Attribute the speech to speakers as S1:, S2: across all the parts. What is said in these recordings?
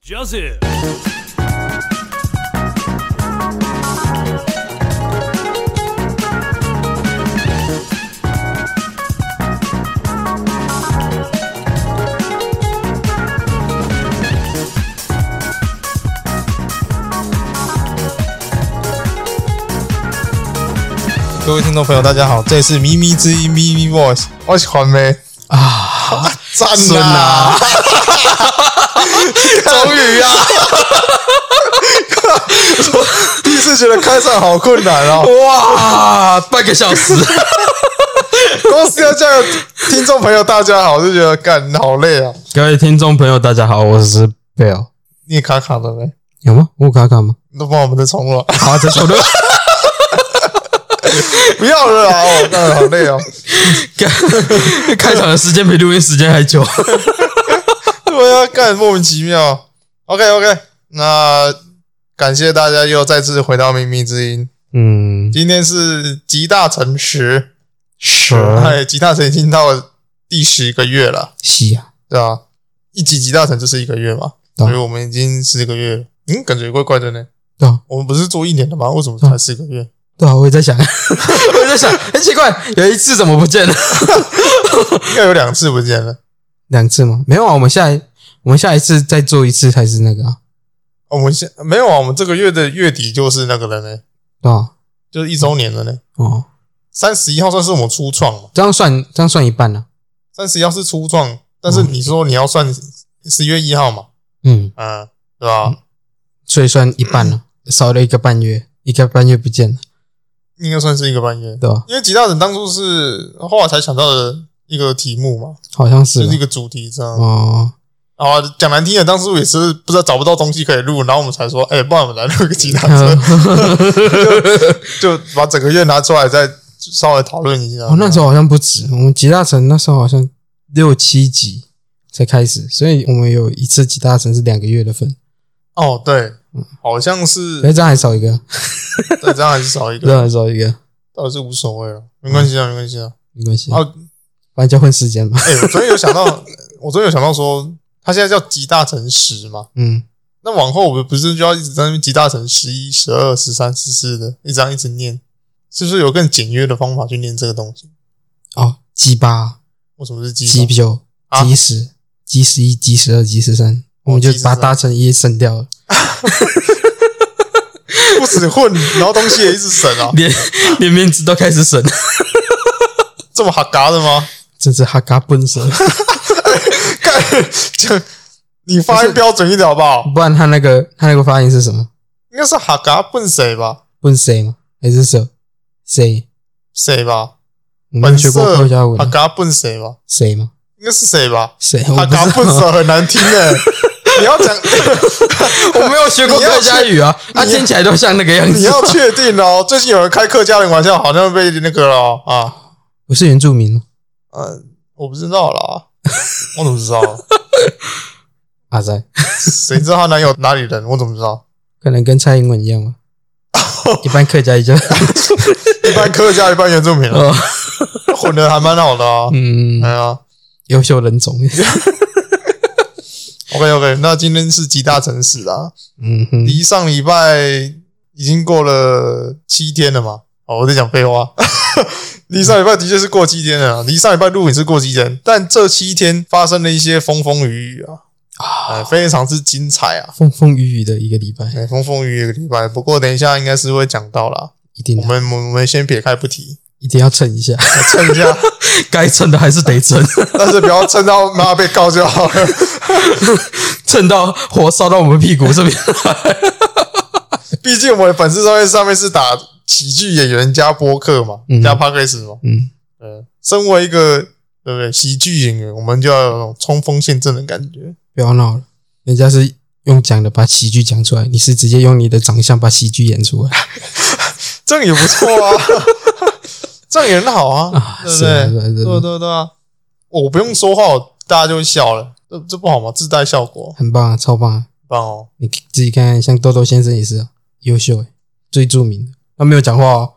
S1: Joseph。
S2: 各位听众朋友，大家好，这里是咪咪之音咪咪 Voice
S3: 我喜欢呗
S2: 啊，
S3: 赞
S2: 孙
S3: 呐，
S2: 啊，
S3: 终于啊！ 第一次觉得开场好困难哦，
S4: 哇，半个小时，
S3: 光是要叫听众朋友大家好，就觉得干好累啊！
S4: 各位听众朋友，大家好，我是 Bill，
S3: 你也卡卡的呗，
S4: 有吗？我有卡卡吗？
S3: 你都帮我们的宠物了，
S4: 好，这 是我的，
S3: 不要了啊！我干好累哦。
S4: 干开场的时间比录音时间还久。
S3: 对啊，干莫名其妙。OK OK，那感谢大家又再次回到秘密之音。
S4: 嗯，
S3: 今天是集大成十，
S4: 是啊
S3: 哎，集大成已经到了第十个月了。
S4: 是啊，
S3: 对啊，一集集大成就是一个月嘛，
S4: 对
S3: 所
S4: 啊
S3: 以我们已经四个月了，嗯，感觉怪怪的呢。
S4: 对啊，
S3: 我们不是做一年的吗？为什么才四个月？
S4: 对啊，我也在想， 我也在想，很奇怪，有一次怎么不见了？
S3: 应该有两次不见了。
S4: 两次吗？没有啊，我们下一我们下一次再做一次才是那个啊，
S3: 我们现没有啊，我们这个月的月底就是那个了呢，
S4: 对啊，
S3: 就是一周年了呢。
S4: 哦，
S3: 三十一号算是我们初创嘛，
S4: 这样算这样算一半了、
S3: 三十一号是初创，但是你说你要算十月一号嘛，
S4: 嗯，
S3: 嗯，对吧、
S4: 所以算一半了、少了一个半月，一个半月不见了，
S3: 应该算是一个半月，
S4: 对吧？
S3: 因为集大成当初是后来才想到的一个题目嘛，
S4: 好像是
S3: 就是
S4: 吧
S3: 一个主题这样。
S4: 哦，
S3: 然后讲难听的，当初也是不知道找不到东西可以录，然后我们才说，哎、不然我们来录个吉他车，
S4: 嗯
S3: 就把整个月拿出来再稍微讨论一下。
S4: 我哦那时候好像不止，我们吉大成那时候好像六七集才开始，所以我们有一次吉大成是两个月的份，
S3: 哦，对，好像是
S4: 嗯哎，这样还少一个，
S3: 对，这样还是少一
S4: 这样
S3: 个，
S4: 还少一个，
S3: 倒是无所谓了，没关系啊，没关系啊。
S4: 没关系，
S3: 哦，
S4: 反正就混时间嘛。
S3: 哎、我昨天有想到， 我昨天有想到说，他现在叫集大成十嘛，
S4: 嗯，
S3: 那往后我们不是就要一直在那边集大成十一、十二、十三、十四的，一直这样一直念，是不是有更简约的方法去念这个东西？
S4: 哦，鸡八、
S3: 为什么是集大
S4: 鸡九、
S3: 啊
S4: 鸡十、鸡十一、鸡十二、鸡哦十三，我们就把大成一省掉了，
S3: 不止混，然后东西也一直省 啊，
S4: 连连名字都开始省，
S3: 这么哈嘎的吗？
S4: 真是哈嘎笨蛇，
S3: 干，这你发音标准一点好不好？
S4: 不然他那个他那个发音是什么？
S3: 应该是哈嘎笨谁吧？
S4: 笨谁吗？还是蛇？谁？
S3: 谁吧？
S4: 你
S3: 本
S4: 们学过
S3: 色
S4: 客家
S3: 哈
S4: 文？
S3: 嘎笨谁吧？
S4: 谁吗？
S3: 应该是谁吧？
S4: 谁？我
S3: 哈
S4: 不知
S3: 嘎
S4: 道
S3: 笨谁很难听哎、你要 讲，
S4: 我没有学过客家语啊，它听起来都像那个样
S3: 你
S4: 子。
S3: 要确定哦。最近有人开客家人玩笑，好像被那个了哦啊，
S4: 我是原住民哦
S3: 嗯，我不知道啦， 我怎么知道？
S4: 阿仔，
S3: 谁知道她男友哪里人？我怎么知道？
S4: 可能跟蔡英文一 样吧，一般客家 语叫
S3: 一般客家，一般原住民啊，
S4: 哦，
S3: 混的还蛮好的啊。
S4: 嗯
S3: 哎，呀。
S4: 优秀人种，
S3: OK OK，那今天是集大成史啦，
S4: 嗯哼，
S3: 离上礼拜已经过了七天了嘛。哦，我在讲废话， 离上礼拜的确是过七天了啊，离上礼拜录影是过七天，但这七天发生了一些风风雨雨啊，哎，非常之精彩啊，
S4: 风风雨雨的一个礼拜，
S3: 哎，风风雨雨一个礼拜。不过等一下应该是会讲到啦，
S4: 一定
S3: 我
S4: 的，
S3: 们我们先撇开不提，
S4: 一定要蹭一下，
S3: 蹭一下，
S4: 该蹭的还是得蹭，
S3: 但是不要蹭到妈被告就好了。
S4: 蹭到火烧到我们屁股这边。
S3: 毕竟我们的粉丝专业上面是打喜剧演员加播客嘛，
S4: 嗯
S3: 加 p a c k a g e 嘛。
S4: 嗯，
S3: 呃，身为一个对不对喜剧演员，我们就要有那种冲锋陷阵的感觉。
S4: 不要闹了，人家是用讲的把喜剧讲出来，你是直接用你的长相把喜剧演出来
S3: 这样也不错啊， 这样也很好啊，
S4: 啊？
S3: 对不
S4: 是啊，
S3: 对？
S4: 是啊是
S3: 对
S4: 啊
S3: 对对啊！我不用说话，大家就会笑了，这这不好吗？自带效果，
S4: 很棒啊，超棒啊！
S3: 很棒哦。
S4: 你自己看看，像豆豆先生也是啊优秀诶、最著名的。他没有讲话哦，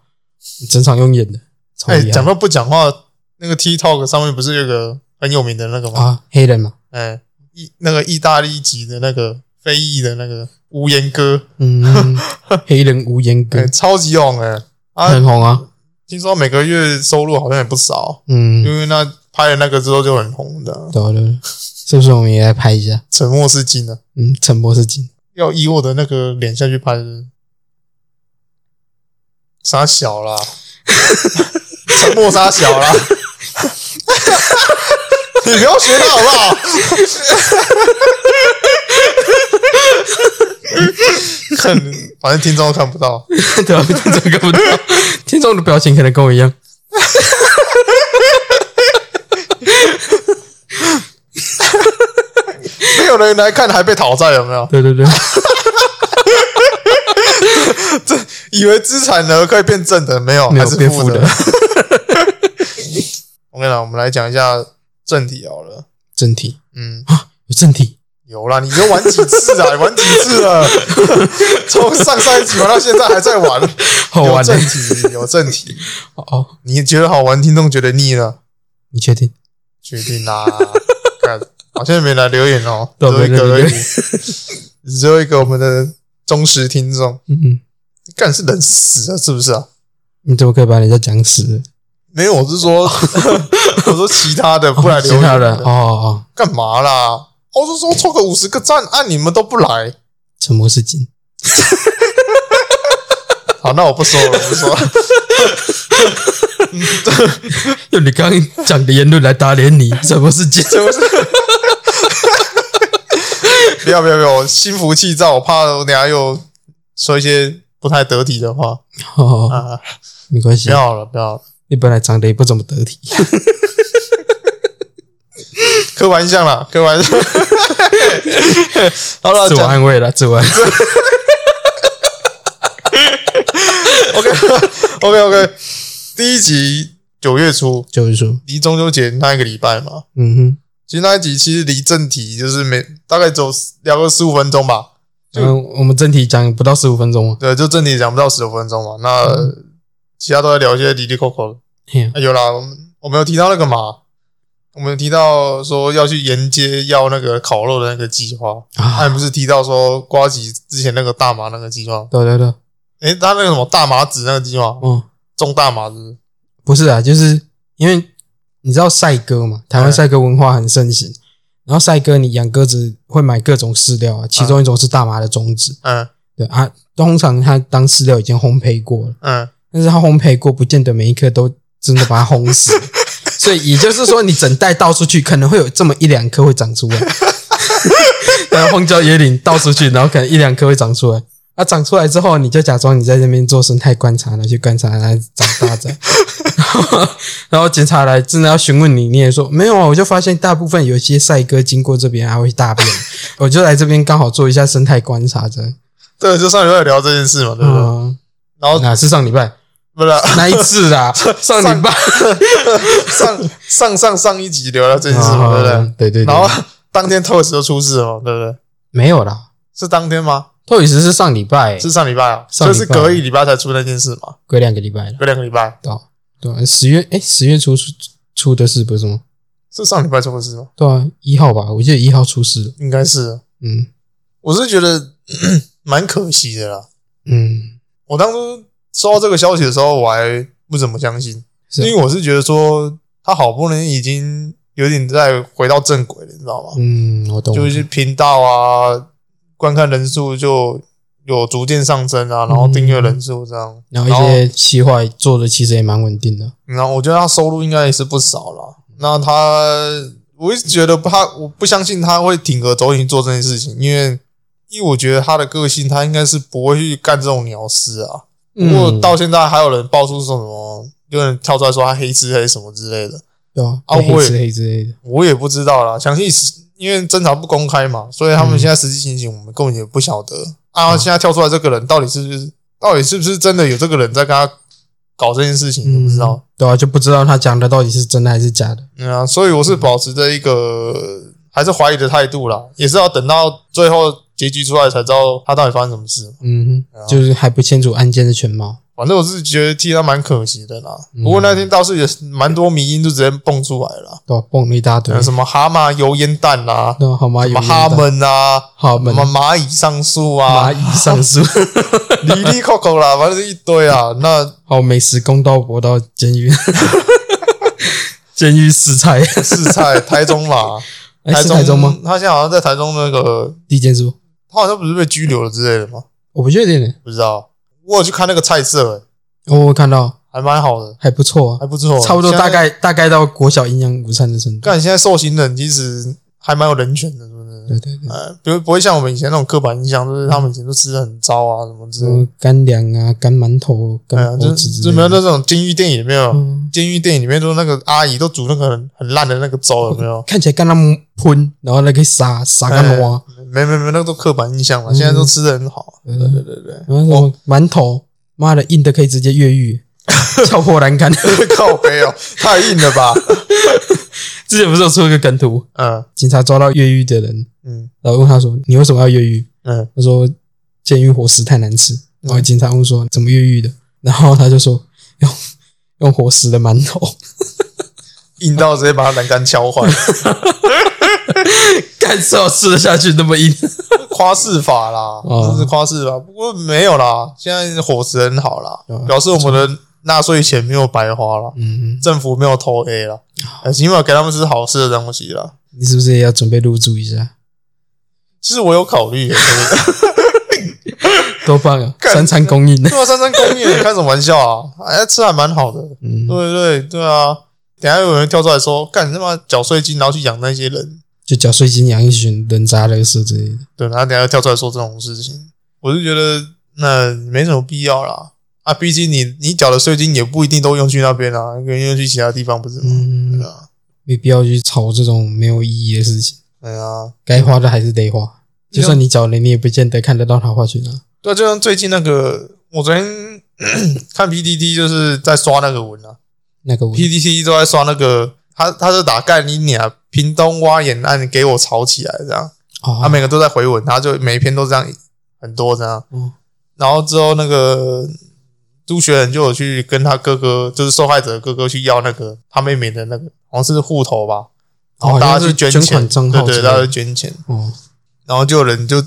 S4: 整场用演的，超
S3: 哎，
S4: 厉害、
S3: 讲到不讲话，那个 TikTok 上面不是有个很有名的那个吗？
S4: 啊！黑人嘛，
S3: 哎，意那个意大利籍的那个非裔的那个无言哥，
S4: 嗯，黑人无言哥
S3: 对，超级红哎、啊！
S4: 很红啊，
S3: 听说每个月收入好像也不少，
S4: 嗯，
S3: 因为那拍了那个之后就很红的。
S4: 对啊对啊，是不是我们也来拍一下？
S3: 沉默是金啊，
S4: 嗯，陈博士 金，
S3: 要以我的那个脸下去拍的，傻小 啦，沉默傻小啦，你不要学他好不好？看，反正听众都看不到，
S4: 对啊，听众看不到， 听众的表情可能跟我一样，
S3: 没有人来看还被讨债有没有？
S4: 对对对，
S3: 以为资产呢可以变正的，没有，
S4: 没有
S3: 还是
S4: 变
S3: 负
S4: 负的。
S3: 我跟你讲，我们来讲一下正题好了。
S4: 正题
S3: 嗯，
S4: 有正题，
S3: 有啦，你就玩几次 啊？玩几次了？从上上一集玩到现在还在玩，
S4: 好
S3: 有
S4: 玩的
S3: 正题，有正题。
S4: 哦哦，
S3: 你觉得好玩，听众觉得腻了，
S4: 你确定？
S3: 决定啦。看，好像没来留言哦，只
S4: 对
S3: 有一个
S4: 没
S3: 而
S4: 人留
S3: 已，只有一个我们的忠实听众。
S4: 嗯，
S3: 干是人死了是不是啊？
S4: 你怎么可以把人家讲死？
S3: 没有，我是 说，我说其他的不来
S4: 哦
S3: 留
S4: 其
S3: 言
S4: 他
S3: 的
S4: 的哦哦哦，
S3: 干嘛啦？我是说凑个五十个赞，啊，你们都不来，
S4: 陈博士金，
S3: 好，那我不说了，我不说了。
S4: 用你刚刚讲的言论来打脸你，陈博士金，
S3: 不是？ 不要不要不要！我心浮气躁，我怕我等下又说一些不太得体的话
S4: 哦哦，
S3: 啊！
S4: 没关系
S3: 不，要了不要了，
S4: 你本来长得也不怎么得体，
S3: 开玩笑啦，开玩笑。 好了，
S4: 自我
S3: 讲
S4: 安慰了，自我安慰，
S3: OK OK OK，第一集九月初
S4: 就是说，
S3: 离中秋节那一个礼拜嘛，
S4: 嗯哼，
S3: 其实那一集其实离正题就是没大概走聊个十五分钟吧，就
S4: 然后我们正题讲不到十五分钟啊，
S3: 对，就正题讲不到十五分钟嘛，那、其他都在聊一些离离扣扣的。
S4: 嘿啊
S3: 啊有啦，我们我们有提到那个嘛，我们有提到说要去沿街要那个烤肉的那个计划，
S4: 啊
S3: 还不是提到说瓜吉之前那个大麻那个计划？
S4: 对对对，
S3: 诶、他那个什么大麻籽那个计划，
S4: 哦，
S3: 种大麻子，
S4: 不是啊，就是因为你知道赛鸽嘛，台湾
S3: 嗯
S4: 赛鸽文化很盛行，然后赛鸽你养鸽子会买各种饲料啊，其中一种是大麻的种子，
S3: 嗯
S4: 对啊，通常它当饲料已经烘焙过了，
S3: 嗯，
S4: 但是它烘焙过不见得每一颗都真的把它烘 死，所以也就是说你整袋倒出去，可能会有这么一两颗会长出 来，然后荒郊野岭倒出去，然后可能一两颗会长出来。啊，长出来之后，你就假装你在这边做生态观察，然后去观察它长大 这样。然后警察来真的要询问你，你也说没有啊，我就发现大部分有一些赛鸽经过这边还会 大便，我就来这边刚好做一下生态观察这样。
S3: 对，就上礼拜有聊这件事嘛，对不对？
S4: 嗯，
S3: 然后
S4: 哪是上礼拜？
S3: 不是啊
S4: 那一次啦， 上礼拜
S3: 上上上上一集聊到这件事嘛，对不对？
S4: 啊对嗯对对，
S3: 然后当天 Toys 就出事了嘛，对不对？
S4: 没有啦，
S3: 是当天吗？
S4: 托雨斯是上礼拜，
S3: 是上礼拜啊，所
S4: 上礼
S3: 以
S4: 拜
S3: 是隔一礼拜才出那件事嘛，
S4: 隔两个礼拜了。
S3: 隔两个礼拜
S4: 对，十月哎，十月初出出的事不是吗？
S3: 是上礼拜出的事吗？
S4: 对啊，一号吧，我记得一号出事了。
S3: 应该是啊。
S4: 嗯
S3: 我是觉得 蛮可惜的啦。
S4: 嗯，
S3: 我当初收到这个消息的时候，我还不怎么相信，
S4: 是啊
S3: 因为我是觉得说他好不容易已经有点在回到正轨了，你知道吗？
S4: 嗯，我懂。
S3: 就是频道啊，观看人数就有逐渐上升
S4: 嗯
S3: 啊，然后订阅人数这样，
S4: 然后一些企划做的其实也蛮稳定的。
S3: 然后我觉得他收入应该也是不少啦。
S4: 嗯
S3: 那他，我一直觉得他，我不相信他会铤而走险去做这件事情，因为因为我觉得他的个性，他应该是不会去干这种鸟事啊。
S4: 嗯
S3: 不过到现在还有人爆出说什么，有人跳出来说他黑吃黑什么之类的，
S4: 对啊，
S3: 啊
S4: 黑
S3: 我也
S4: 之黑之类的。
S3: 我也不知道啦。详细是因为侦查不公开嘛，所以他们现在实际情形我们根本也不晓得啊。
S4: 嗯
S3: 现在跳出来这个人到底是不是，到底是不是真的有这个人在跟他搞这件事情，也不知道。
S4: 嗯，对啊，就不知道他讲的到底是真的还是假的。
S3: 嗯啊，所以我是保持着一个还是怀疑的态度啦，也是要等到最后结局出来才知道他到底发生什么事。
S4: 嗯
S3: 对啊
S4: 哼，就是还不清楚案件的全貌。
S3: 反正我是觉得替他蛮可惜的啦。
S4: 嗯
S3: 不过那天倒是也是蛮多迷因就直接蹦出来了啦，
S4: 对啊，蹦了一大堆
S3: 有。呃什么蛤蟆油烟弹啦、
S4: 那好吗？
S3: 什
S4: 有
S3: 么哈
S4: 门，
S3: 们啊，
S4: 哈
S3: 什
S4: 门，
S3: 么蚂蚁上树啊
S4: 蚂，蚁上树，
S3: 里里扣扣啦，反 正是一堆啊。那
S4: 好哦美食公道博到监狱，监狱食材，
S3: 四菜 台中嘛，
S4: 哎是台中吗？？
S3: 他现在好像在台中那个，
S4: 地检署，
S3: 他好像不是被拘留了之类的吗？
S4: 我不确定呢。哦
S3: 不知道，我有去看那个菜色、欸，
S4: 我有看到
S3: 还蛮好的，
S4: 还不错
S3: 还
S4: 啊，
S3: 不错，
S4: 差不多
S3: 现在
S4: 大。概大概到国小营养午餐的程度。
S3: 干，现在受刑人其实还蛮有人权的，是不是？
S4: 对对对，
S3: 呃，不不会像我们以前那种刻板印象，就是他们以前都吃的很糟啊，什么之
S4: 什
S3: 类的。
S4: 么干粮啊、干馒头、
S3: 哎
S4: 干
S3: 呀，
S4: 脖
S3: 就
S4: 子之
S3: 就
S4: 类
S3: 没有
S4: 的。
S3: 那种监狱电影有没有？
S4: 嗯，
S3: 监狱电影里面都那个阿姨都煮那个很很烂的那个粥，有没有？
S4: 看起来干那么喷，然后那个撒撒干花，
S3: 没没没，那个都刻板印象了。
S4: 嗯
S3: 现在都吃的很好，
S4: 嗯
S3: 对对对对，
S4: 然后什么馒头，妈的硬的可以直接越狱，敲破栏杆。
S3: 靠背哦，太硬了 吧？
S4: 之前不是有出一个梗图，
S3: 嗯
S4: 警察抓到越狱的人，
S3: 嗯
S4: 然后问他说：“你为什么要越狱？”
S3: 嗯，
S4: 他说：“监狱伙食太难吃。”然后警察问说：“怎么越狱的？”然后他就说：“用用伙食的馒头。
S3: 硬到直接把他栏杆敲坏，”
S4: 干吃好吃得下去那么硬？
S3: 夸饰法啦，
S4: 哦
S3: 这是夸饰法。不过没有啦，现在伙食很好啦
S4: 嗯，
S3: 表示我们的纳税钱没有白花啦。
S4: 嗯，
S3: 政府没有偷 A 了，
S4: 哦
S3: 呃起码给他们吃好吃的东西啦。
S4: 你是不是也要准备入住一下？
S3: 其实我有考虑耶，
S4: 多棒啊！
S3: 干
S4: 三餐供应。
S3: 对啊，三三公益开什么玩笑啊？哎，吃还蛮好的，
S4: 嗯，
S3: 对对对啊。等一下有人跳出来说，干你他妈缴税金，然后去养那些人，
S4: 就缴税金养一群人渣类似之类的。
S3: 对，然后等一下跳出来说这种事情，我是觉得那没什么必要啦。啊，毕竟你你缴的税金也不一定都用去那边啊，可以用去其他地方，不是吗？对
S4: 嗯，
S3: 啊，
S4: 没必要去吵这种没有意义的事情，
S3: 对啊，
S4: 该花的还是得花。就算你缴了，你也不见得看得到他花去哪。
S3: 对啊，就像最近那个，我昨天 看 PDD 就是在刷那个文啊，
S4: 那个我
S3: PDT 都在刷那个，他他是打干你娘，屏东挖眼案给我吵起来这样，他
S4: 哦，
S3: 每个都在回文，他就每一篇都这样很多这样，
S4: 嗯
S3: 然后之后那个朱学仁就有去跟他哥哥，就是受害者的哥哥去要那个他妹妹的那个好像是户头吧，然后
S4: 哦
S3: 大家去
S4: 好像
S3: 捐
S4: 是捐
S3: 钱，
S4: 款账
S3: 对
S4: 号
S3: 对，
S4: 之类的
S3: 大家去捐钱，
S4: 哦
S3: 然后就有人就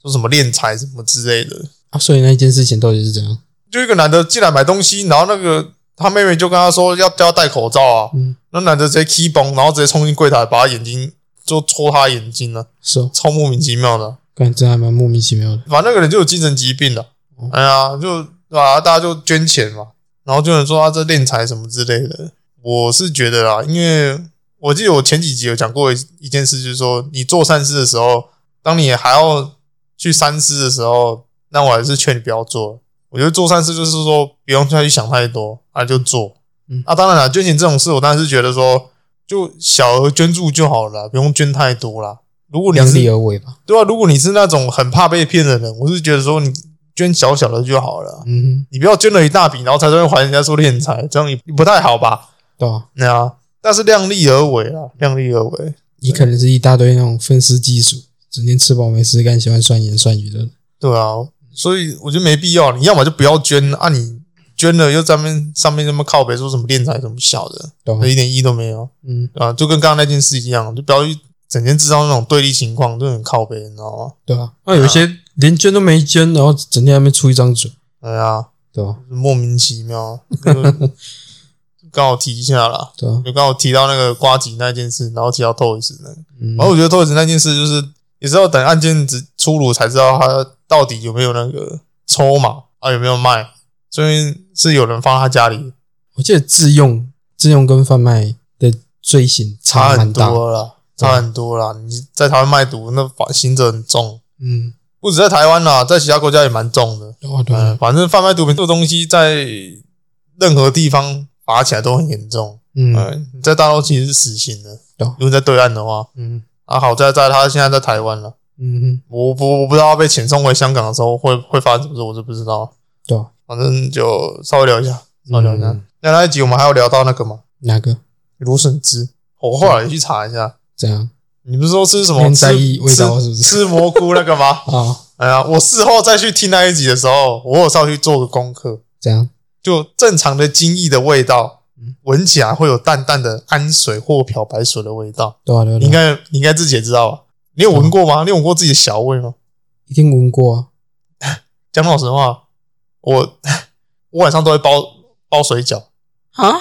S3: 说什么敛财什么之类的，
S4: 啊，所以那件事情到底是怎样？
S3: 就一个男的进来买东西，然后那个他妹妹就跟他说要要戴口罩啊，
S4: 嗯
S3: 那男的直接 key 崩，然后直接冲进柜台，把他眼睛就戳他眼睛了、
S4: 是哦，
S3: 超莫名其妙的。
S4: 感觉真还蛮莫名其妙的。
S3: 反正那个人就有精神疾病了
S4: 哦，
S3: 哎呀，就啊，大家就捐钱嘛，然后就有人说他啊这敛财什么之类的。我是觉得啦，因为我记得我前几集有讲过一一件事，就是说你做善事的时候，当你还要去三思的时候，那我还是劝你不要做。我觉得做善事就是说不用再去想太多，啊就做。
S4: 嗯
S3: 啊，当然了，捐钱这种事，我当然是觉得说就小额捐助就好了啦，不用捐太多啦。如果你
S4: 量
S3: 是
S4: 力而为吧。
S3: 对啊，如果你是那种很怕被骗的人，我是觉得说你捐小小的就好了，
S4: 嗯，
S3: 你不要捐了一大笔，然后才会还人家说敛财，这样也不太好吧？
S4: 对啊，
S3: 对啊，但是量力而为啊，量力而为。
S4: 你可能是一大堆那种愤世嫉俗，整天吃饱没事干，喜欢酸言酸语的人。
S3: 对啊，所以我觉得没必要，你要么就不要捐啊，你捐了又在那边上面那么靠北说什么敛财什么小的，
S4: 对吧
S3: 一点意义都没有
S4: 嗯，
S3: 啊，就跟刚刚那件事一样，就不要去整天制造那种对立情况，就很靠北，你知道吗？
S4: 对啊。那有些连捐都没捐，然后整天还没出一张嘴，
S3: 对啊，
S4: 对吧？
S3: 莫名其妙，那个 刚好提一下啦。
S4: 对啊。
S3: 就刚好提到那个瓜吉那件事，然后提到 Toys 那个，
S4: 嗯
S3: 然后我觉得 Toys 那件事就是也是要等案件只出炉才知道他到底有没有那个抽嘛，啊有没有卖，所以是有人放他家里，
S4: 我记得自用、自用跟贩卖的罪行
S3: 差
S4: 差
S3: 很
S4: 蛮大。
S3: 多了，差很多了。你在台湾卖毒，那法刑责很重，
S4: 嗯，
S3: 不止在台湾啦，在其他国家也蛮重的。
S4: 对啊，对
S3: 嗯，
S4: 啊，
S3: 反正贩卖毒品这个东西在任何地方罚起来都很严重。
S4: 嗯，
S3: 嗯，你在大陆其实是死刑的
S4: 对啊，
S3: 如果在对岸的话，
S4: 嗯，
S3: 啊好在在他现在在台湾了。
S4: 嗯哼，
S3: 我不我不知道被遣送回香港的时候会会发生什么事，我是不知道。
S4: 对啊，
S3: 反正就稍微聊一下，稍微聊一下。
S4: 嗯
S3: 那那一集我们还有聊到那个嘛，
S4: 哪个
S3: 芦笋汁，我后来也去查一下，
S4: 怎样？
S3: 你不是说吃什么
S4: 面
S3: 吃
S4: 在意味道
S3: 吃
S4: 是不是？
S3: 吃蘑菇那个吗
S4: 啊，
S3: 哎呀，我事后再去听那一集的时候，我有稍微去做个功课，
S4: 这样
S3: 就正常的精益的味道
S4: 嗯，
S3: 闻起来会有淡淡的氨水或漂白水的味道。
S4: 对啊对啊
S3: 你
S4: 对
S3: 应
S4: 啊，
S3: 该你应该自己也知道吧？你有闻过吗？你有闻过自己的小味吗？
S4: 一定闻过啊，
S3: 讲老实话，我 我晚上都会包包水饺。
S4: 啊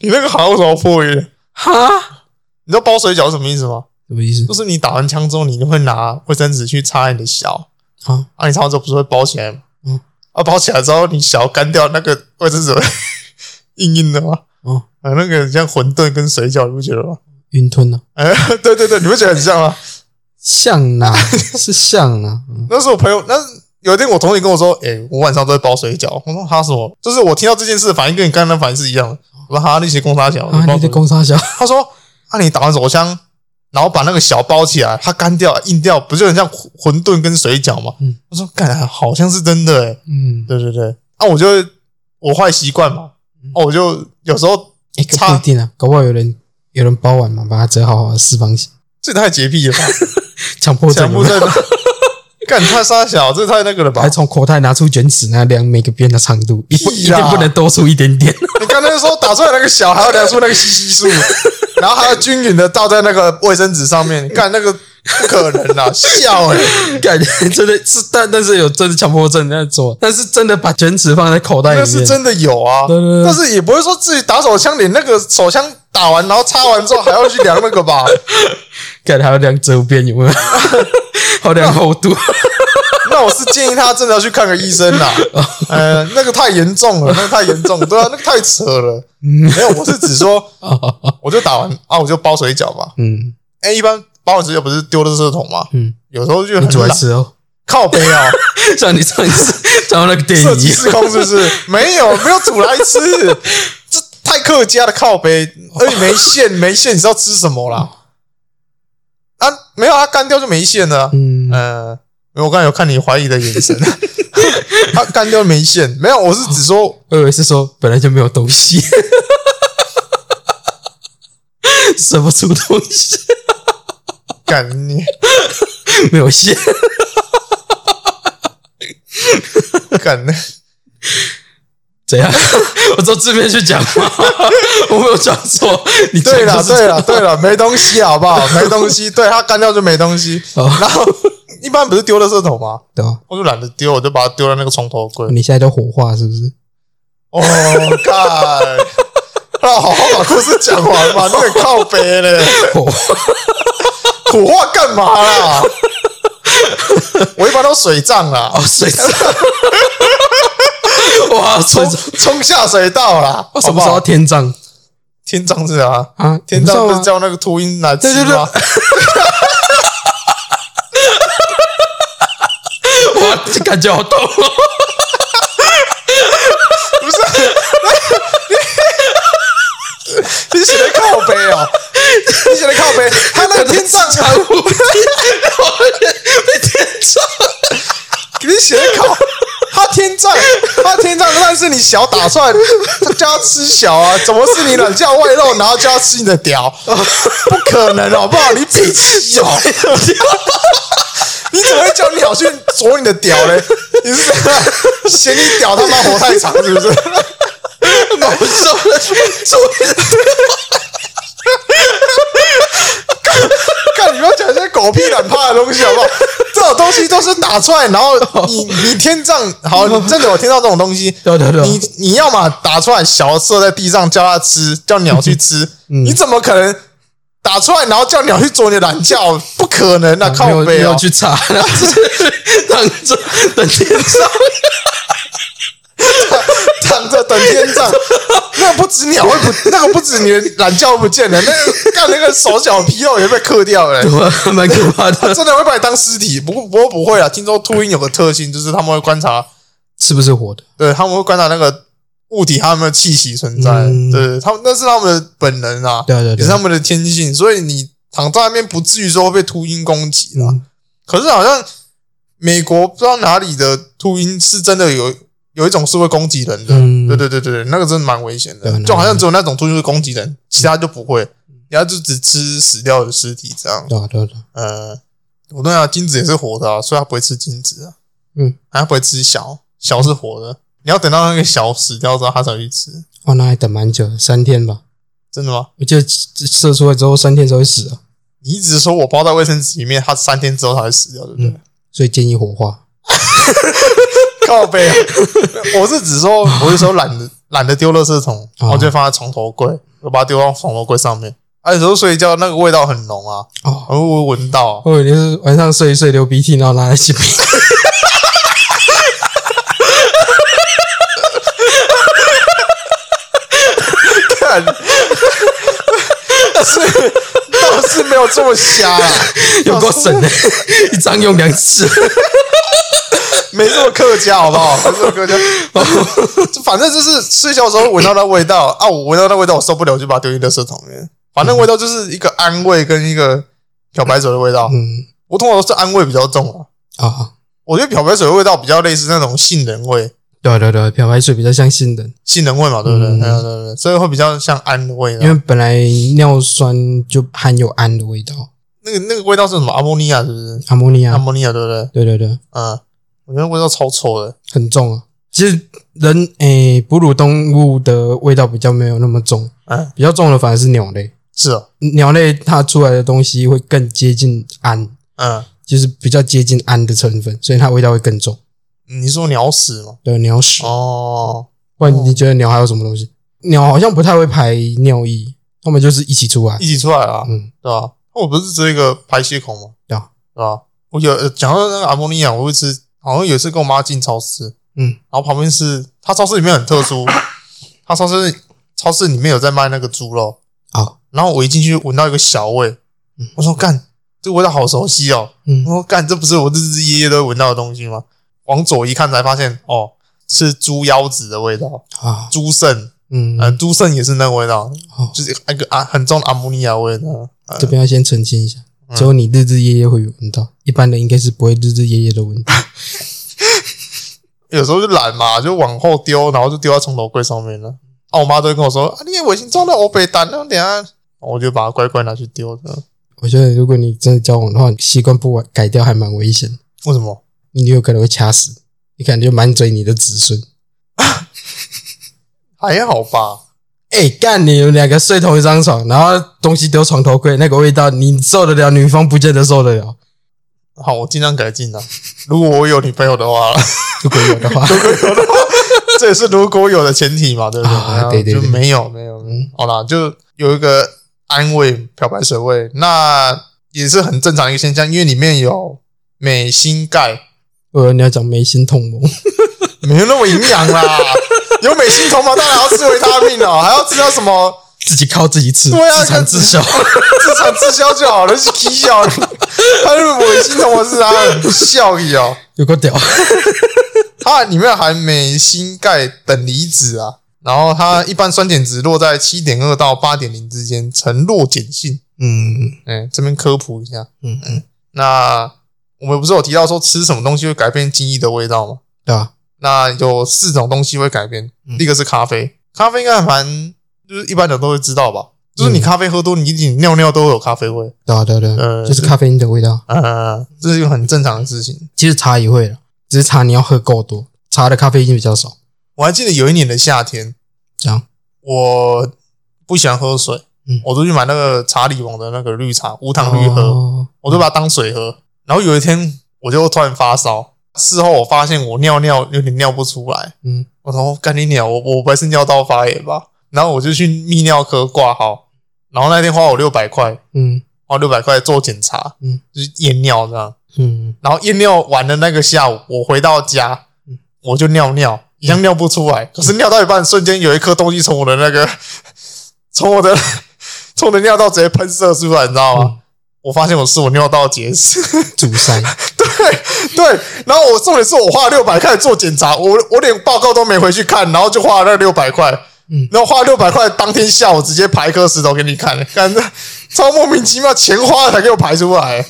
S3: 你那个好像有什么破音？
S4: 哈，
S3: 你知道包水饺是什么意思吗？
S4: 什么意思
S3: 就是你打完枪之后，你就会拿卫生纸去擦你的小
S4: 啊？
S3: 啊，你擦完之后不是会包起来吗？
S4: 嗯，
S3: 啊，包起来之后你小干掉，那个卫生纸会 硬硬的吗？
S4: 哦，
S3: 啊，那个很像馄饨跟水饺，你不觉得吗？
S4: 云吞啊，
S3: 哎， 对对对，你不觉得很像吗？
S4: 像 啦，是像啦，嗯
S3: 那是我朋友，那是有一天我同学跟我说，哎、我晚上都会包水饺。我说哈什么？就是我听到这件事的反应跟你刚刚的反应是一样的。我说哈，那些公差小，
S4: 啊，
S3: 包
S4: 你的
S3: 水饺
S4: 公差小，
S3: 他说：“那、你打完手枪，然后把那个小包起来，它干掉、硬掉，不就很像馄馄饨跟水饺吗？”
S4: 嗯
S3: 我说：“干，好像是真的、欸。
S4: 嗯”，
S3: 对对对，啊，我就我坏习惯嘛，啊，我就有时候
S4: 一个
S3: 差
S4: 不一定啊，搞不好有人有人包完嘛，把它折好好的四方形，
S3: 这也太洁癖了 吧，
S4: 强迫症
S3: 强
S4: 有没有
S3: 迫症， 干太傻小，这太那个了吧
S4: 还？从口袋拿出卷尺，那量每个边的长度，一不一
S3: 屁啦
S4: 定不能多出一点 点。
S3: 你刚才说打出来那个小，还要量出那个稀稀 数，然后还要均匀的倒在那个卫生纸上 面，干那个不可能啦，笑哎、
S4: 感觉真的是，但但是有真的强迫症在做，但是真的把卷尺放在口袋里
S3: 那
S4: 面，
S3: 是真的有啊，
S4: 对对对
S3: 但是也不会说自己打手枪，你那个手枪打完然后擦完之后还要去量那个 吧？
S4: 感觉还有量周边 有没有？还有量厚 度，
S3: 那我是建议他真的要去看个医生 啦。呃，那个太严重了，那个太严重，对啊，那个太扯了。
S4: 嗯
S3: 没有，我是指 说，我就打完啊，我就包水饺嘛。
S4: 嗯
S3: 哎，一般包完水饺不是丢垃圾桶吗？
S4: 嗯，
S3: 有时候就
S4: 你煮
S3: 很
S4: 来
S3: 懒，
S4: 吃哦，
S3: 靠背啊，
S4: 像你上一次 讲到那个电影
S3: 设
S4: 一
S3: 计
S4: 样，
S3: 失控是 不是？没有，没有煮来吃，这太客家的靠背，而且没 馅，没馅，你知道吃什么啦？啊，没有，它干掉就没馅了啊。
S4: 嗯，
S3: 呃，因为我刚才有看你怀疑的眼神， 它干掉没馅，没有，我是只说
S4: 我以为是说本来就没有东西，什么出东西
S3: 干你
S4: 没有馅，
S3: 干你，
S4: 怎样？我照字面去讲嘛，我没有讲错。你讲
S3: 对了
S4: 就是
S3: 对了对了，没东西好不 好？没东西，对它干掉就没东西。
S4: 哦
S3: 然后一般不是丢垃圾桶吗？
S4: 对吧？
S3: 我就懒得丢，我就把它丢在那个床头柜。
S4: 你现在就火化是不是？
S3: 哦， 干！那啊好好把故事讲完嘛，那个靠背嘞，
S4: 火化
S3: 苦话干嘛啦？我一般都水葬啦，
S4: 哦， 水葬，哇，水葬，
S3: 冲下水道啦。
S4: 我什么时
S3: 好不
S4: 候
S3: 好
S4: 天葬
S3: 天葬是啊？
S4: 啊？
S3: 天葬
S4: 你
S3: 不
S4: 知道
S3: 是
S4: 吗
S3: 叫那个秃鹰来吃
S4: 对对对
S3: 吗？
S4: 哇，这感觉好痛 哦！
S3: 不是，你写的靠背哦，你写的靠背，他那个天葬
S4: 长
S3: 啊，
S4: 无天，我被天葬，
S3: 你写的靠，他天葬，他天葬，但是你小打出来，他叫他吃小啊，怎么是你懒觉外露，然后叫他吃你的屌？不可能好不好？你自己吃哦，你怎么会叫鸟去啄你的屌嘞？你是怎样嫌你屌他妈活太长是不是？
S4: 毛手的做
S3: 看，你不要讲一些狗屁懒趴的东西好 不好？这种东西都是打出来，然后你你天葬好，你真的有天葬这种东 西，
S4: 对对对
S3: 你你要嘛打出来，小射在地上叫它吃，叫鸟去吃，
S4: 嗯
S3: 你怎么可能打出来然后叫鸟去啄你的懒觉？不可能 啊，
S4: 没有
S3: 靠
S4: 没
S3: 背
S4: 有
S3: 哦，
S4: 去查，然后只是 躺着等天葬，
S3: 躺着等天 葬，那个不止鸟会不，那个不止你的懒觉不见了，那个干那个手脚皮肉也被刻掉 了、
S4: 哇蛮可怕的，
S3: 真的会把你当尸体，不过不过不会啦。听说秃鹰有个特性，就是他们会观察
S4: 是不是活的？
S3: 对，他们会观察那个物体它有没有气息存在，
S4: 嗯
S3: 对他们那是他们的本能啊，
S4: 对对
S3: 也
S4: 对
S3: 是他们的天性，所以你躺在那边不至于说被秃鹰攻击啦。
S4: 嗯
S3: 可是好像美国不知道哪里的秃鹰是真的有有一种是会攻击人的，
S4: 嗯
S3: 对对对对，那个真的蛮危险的，嗯
S4: 对
S3: 就好像只有那种秃鹰会攻击人，其他就不会。人家就只吃死掉的尸体这样。
S4: 对啊对啊对啊，
S3: 呃，我对啊，精子也是活的啊，所以它不会吃精子啊。
S4: 嗯，
S3: 它不会吃小，小是活的，你要等到那个小死掉之后，它才会去吃。
S4: 哇，那还等蛮久的，三天吧。
S3: 真的吗？
S4: 我记得射出来之后三天才会死啊，
S3: 你一直说我包在卫生纸里面，它三天之后才会死掉，对不对？
S4: 嗯所以建议火化。
S3: 靠背、啊，我是只说，我是说懒 得懒得丢垃圾桶，
S4: 啊
S3: 我就放在床头柜，我把它丢到床头柜上面。啊，有时候睡觉那个味道很浓啊，
S4: 哦，
S3: 我会闻到、啊。
S4: 或者就是晚上睡一睡流鼻涕，然后拿来洗鼻。
S3: 看， 是倒是没有这么瞎啊啦，
S4: 有够省的，一张用两 次。
S3: 没这么客家，好不好？ 没这么客家，反正就是睡觉的时候闻到那味道啊，我闻到那味道我受不了，我就把它丢进垃圾桶里面。反正味道就是一个安慰跟一个漂白水的味道，
S4: 嗯
S3: 我通常都是安慰比较重啊。
S4: 啊，
S3: 我觉得漂白水的味道比较类似那种杏仁味，
S4: 对啊对啊对啊，漂白水比较像杏仁，
S3: 杏仁味嘛，对不对？
S4: 嗯
S3: 对啊对对对，所以会比较像安慰
S4: 因
S3: 的。
S4: 为本来尿酸就含有氨的味道，
S3: 那个那个味道是什么？阿莫尼亚是不是？
S4: 阿莫尼
S3: 阿
S4: 亚。
S3: 莫尼亚对不对？
S4: 对对对，
S3: 嗯，我觉得味道超臭的。
S4: 很重啊。其实人诶、哺乳动物的味道比较没有那么重，
S3: 嗯，
S4: 比较重的反而是鸟类。
S3: 是哦，
S4: 鸟类它出来的东西会更接近氨，
S3: 嗯，
S4: 就是比较接近氨的成分，所以它味道会更重。
S3: 你说鸟屎吗？
S4: 对，鸟屎。
S3: 哦，
S4: 不然你觉得鸟还有什么东西？鸟好像不太会排尿液，它们就是一起出来
S3: 一。起出来啊，
S4: 嗯，
S3: 对吧、那我不是只有一个排泄孔吗？
S4: 对啊，
S3: 对吧、我有呃讲到那个阿莫尼亚，我会吃，好像有一次跟我妈进超市，
S4: 嗯，
S3: 然后旁边是它超市里面很特殊， 它超市超市里面有在卖那个猪肉，
S4: 好，
S3: 然后我一进去闻到一个小味，
S4: 嗯
S3: 我说干，这个味道好熟悉哦，
S4: 嗯
S3: 我，说干，这不是我日日夜夜都会闻到的东西吗？往左一看才发现，哦，是猪腰子的味道，
S4: 啊，
S3: 猪肾，
S4: 嗯，哦
S3: 呃，猪肾也是那个味道，
S4: 好，
S3: 就是那个啊很重的阿莫尼亚味道，呃
S4: 这边要先澄清一下，
S3: 嗯
S4: 只有你日日夜夜会有闻到，一般人应该是不会日日夜夜的 闻到。
S3: 有时候就懒嘛，就往后丢，然后就丢在床头柜上面了。啊，我妈都会跟我说：“啊，你也微信装到我被单，那等一下我就把它乖乖拿去丢的。
S4: 我觉得如果你真的交往的话，习惯不改掉还蛮危险的，”
S3: 为什么？
S4: 你有可能会掐死，你可能就满嘴你的子孙。
S3: 还好吧？
S4: 哎、干你们两个睡同一张床，然后东西丢床头柜，那个味道你受得了，女方不见得受得了。
S3: 好，我尽量改进啦。 如果我有女朋友的话，
S4: 如果有的话，
S3: 这也是如果有的前提嘛，对不对？
S4: 啊
S3: 然后
S4: 对对
S3: 就
S4: 对
S3: 没有没有。没有好啦，就有一个安慰漂白水味，那也是很正常的一个现象，因为里面有镁锌钙，
S4: 我以为你要讲眉心痛吗？
S3: 没有那么营养 啦。有镁锌同胞当然要吃维他命哦，还要吃到什么？
S4: 自己靠自己吃，
S3: 对啊
S4: 自产自 销。
S3: 自产自销就好了，是皮笑，他是我心疼我是他很笑意哦，
S4: 有个屌，
S3: 它里面含镁、锌、钙等离子啊，然后它一般酸碱值落在七点二到八点零之间，呈弱碱性。
S4: 嗯
S3: 哎、这边科普一下，
S4: 嗯嗯，
S3: 那我们不是有提到说吃什么东西会改变精液的味道吗？
S4: 对啊吧？
S3: 那有四种东西会改变，
S4: 嗯
S3: 第一个是咖啡，咖啡应该还蛮就是一般人都会知道吧，就是你
S4: 嗯
S3: 咖啡喝多，你一定尿尿都会有咖啡味，
S4: 对啊对啊对啊，
S3: 呃
S4: 就是咖啡因的味道。
S3: 呃，这是一个很正常的事情。
S4: 其实茶也会了，只是茶你要喝够多，茶的咖啡因比较少。
S3: 我还记得有一年的夏天，
S4: 这样，
S3: 我不喜欢喝水，
S4: 嗯
S3: 我都去买那个茶里王的那个绿茶，无糖绿喝，
S4: 哦
S3: 我就把它当水喝。然后有一天，我就突然发烧，事后我发现我尿尿有点尿不出来，
S4: 嗯，
S3: 我说干你鸟，我我不会是尿道发炎吧？然后我就去泌尿科挂号，然后那天花我六百块，
S4: 嗯
S3: 花六百块做检查，
S4: 嗯，
S3: 就是验尿这样。
S4: 嗯，
S3: 然后验尿完的那个下午，我回到家
S4: 嗯，
S3: 我就尿尿，一样尿不出来。可是尿到一半，瞬间有一颗东西从我的那个， 从我的 从我的尿道直接喷射出来，你知道吗？
S4: 嗯
S3: 我发现我是我尿道结石，
S4: 阻塞，
S3: 对。然后我重点是我花六百块做检查，我我连报告都没回去看，然后就花了那六百块。
S4: 嗯
S3: 然后花六百块，当天下午直接排一颗石头给你看，感觉超莫名其妙，钱花了才给我排出 来，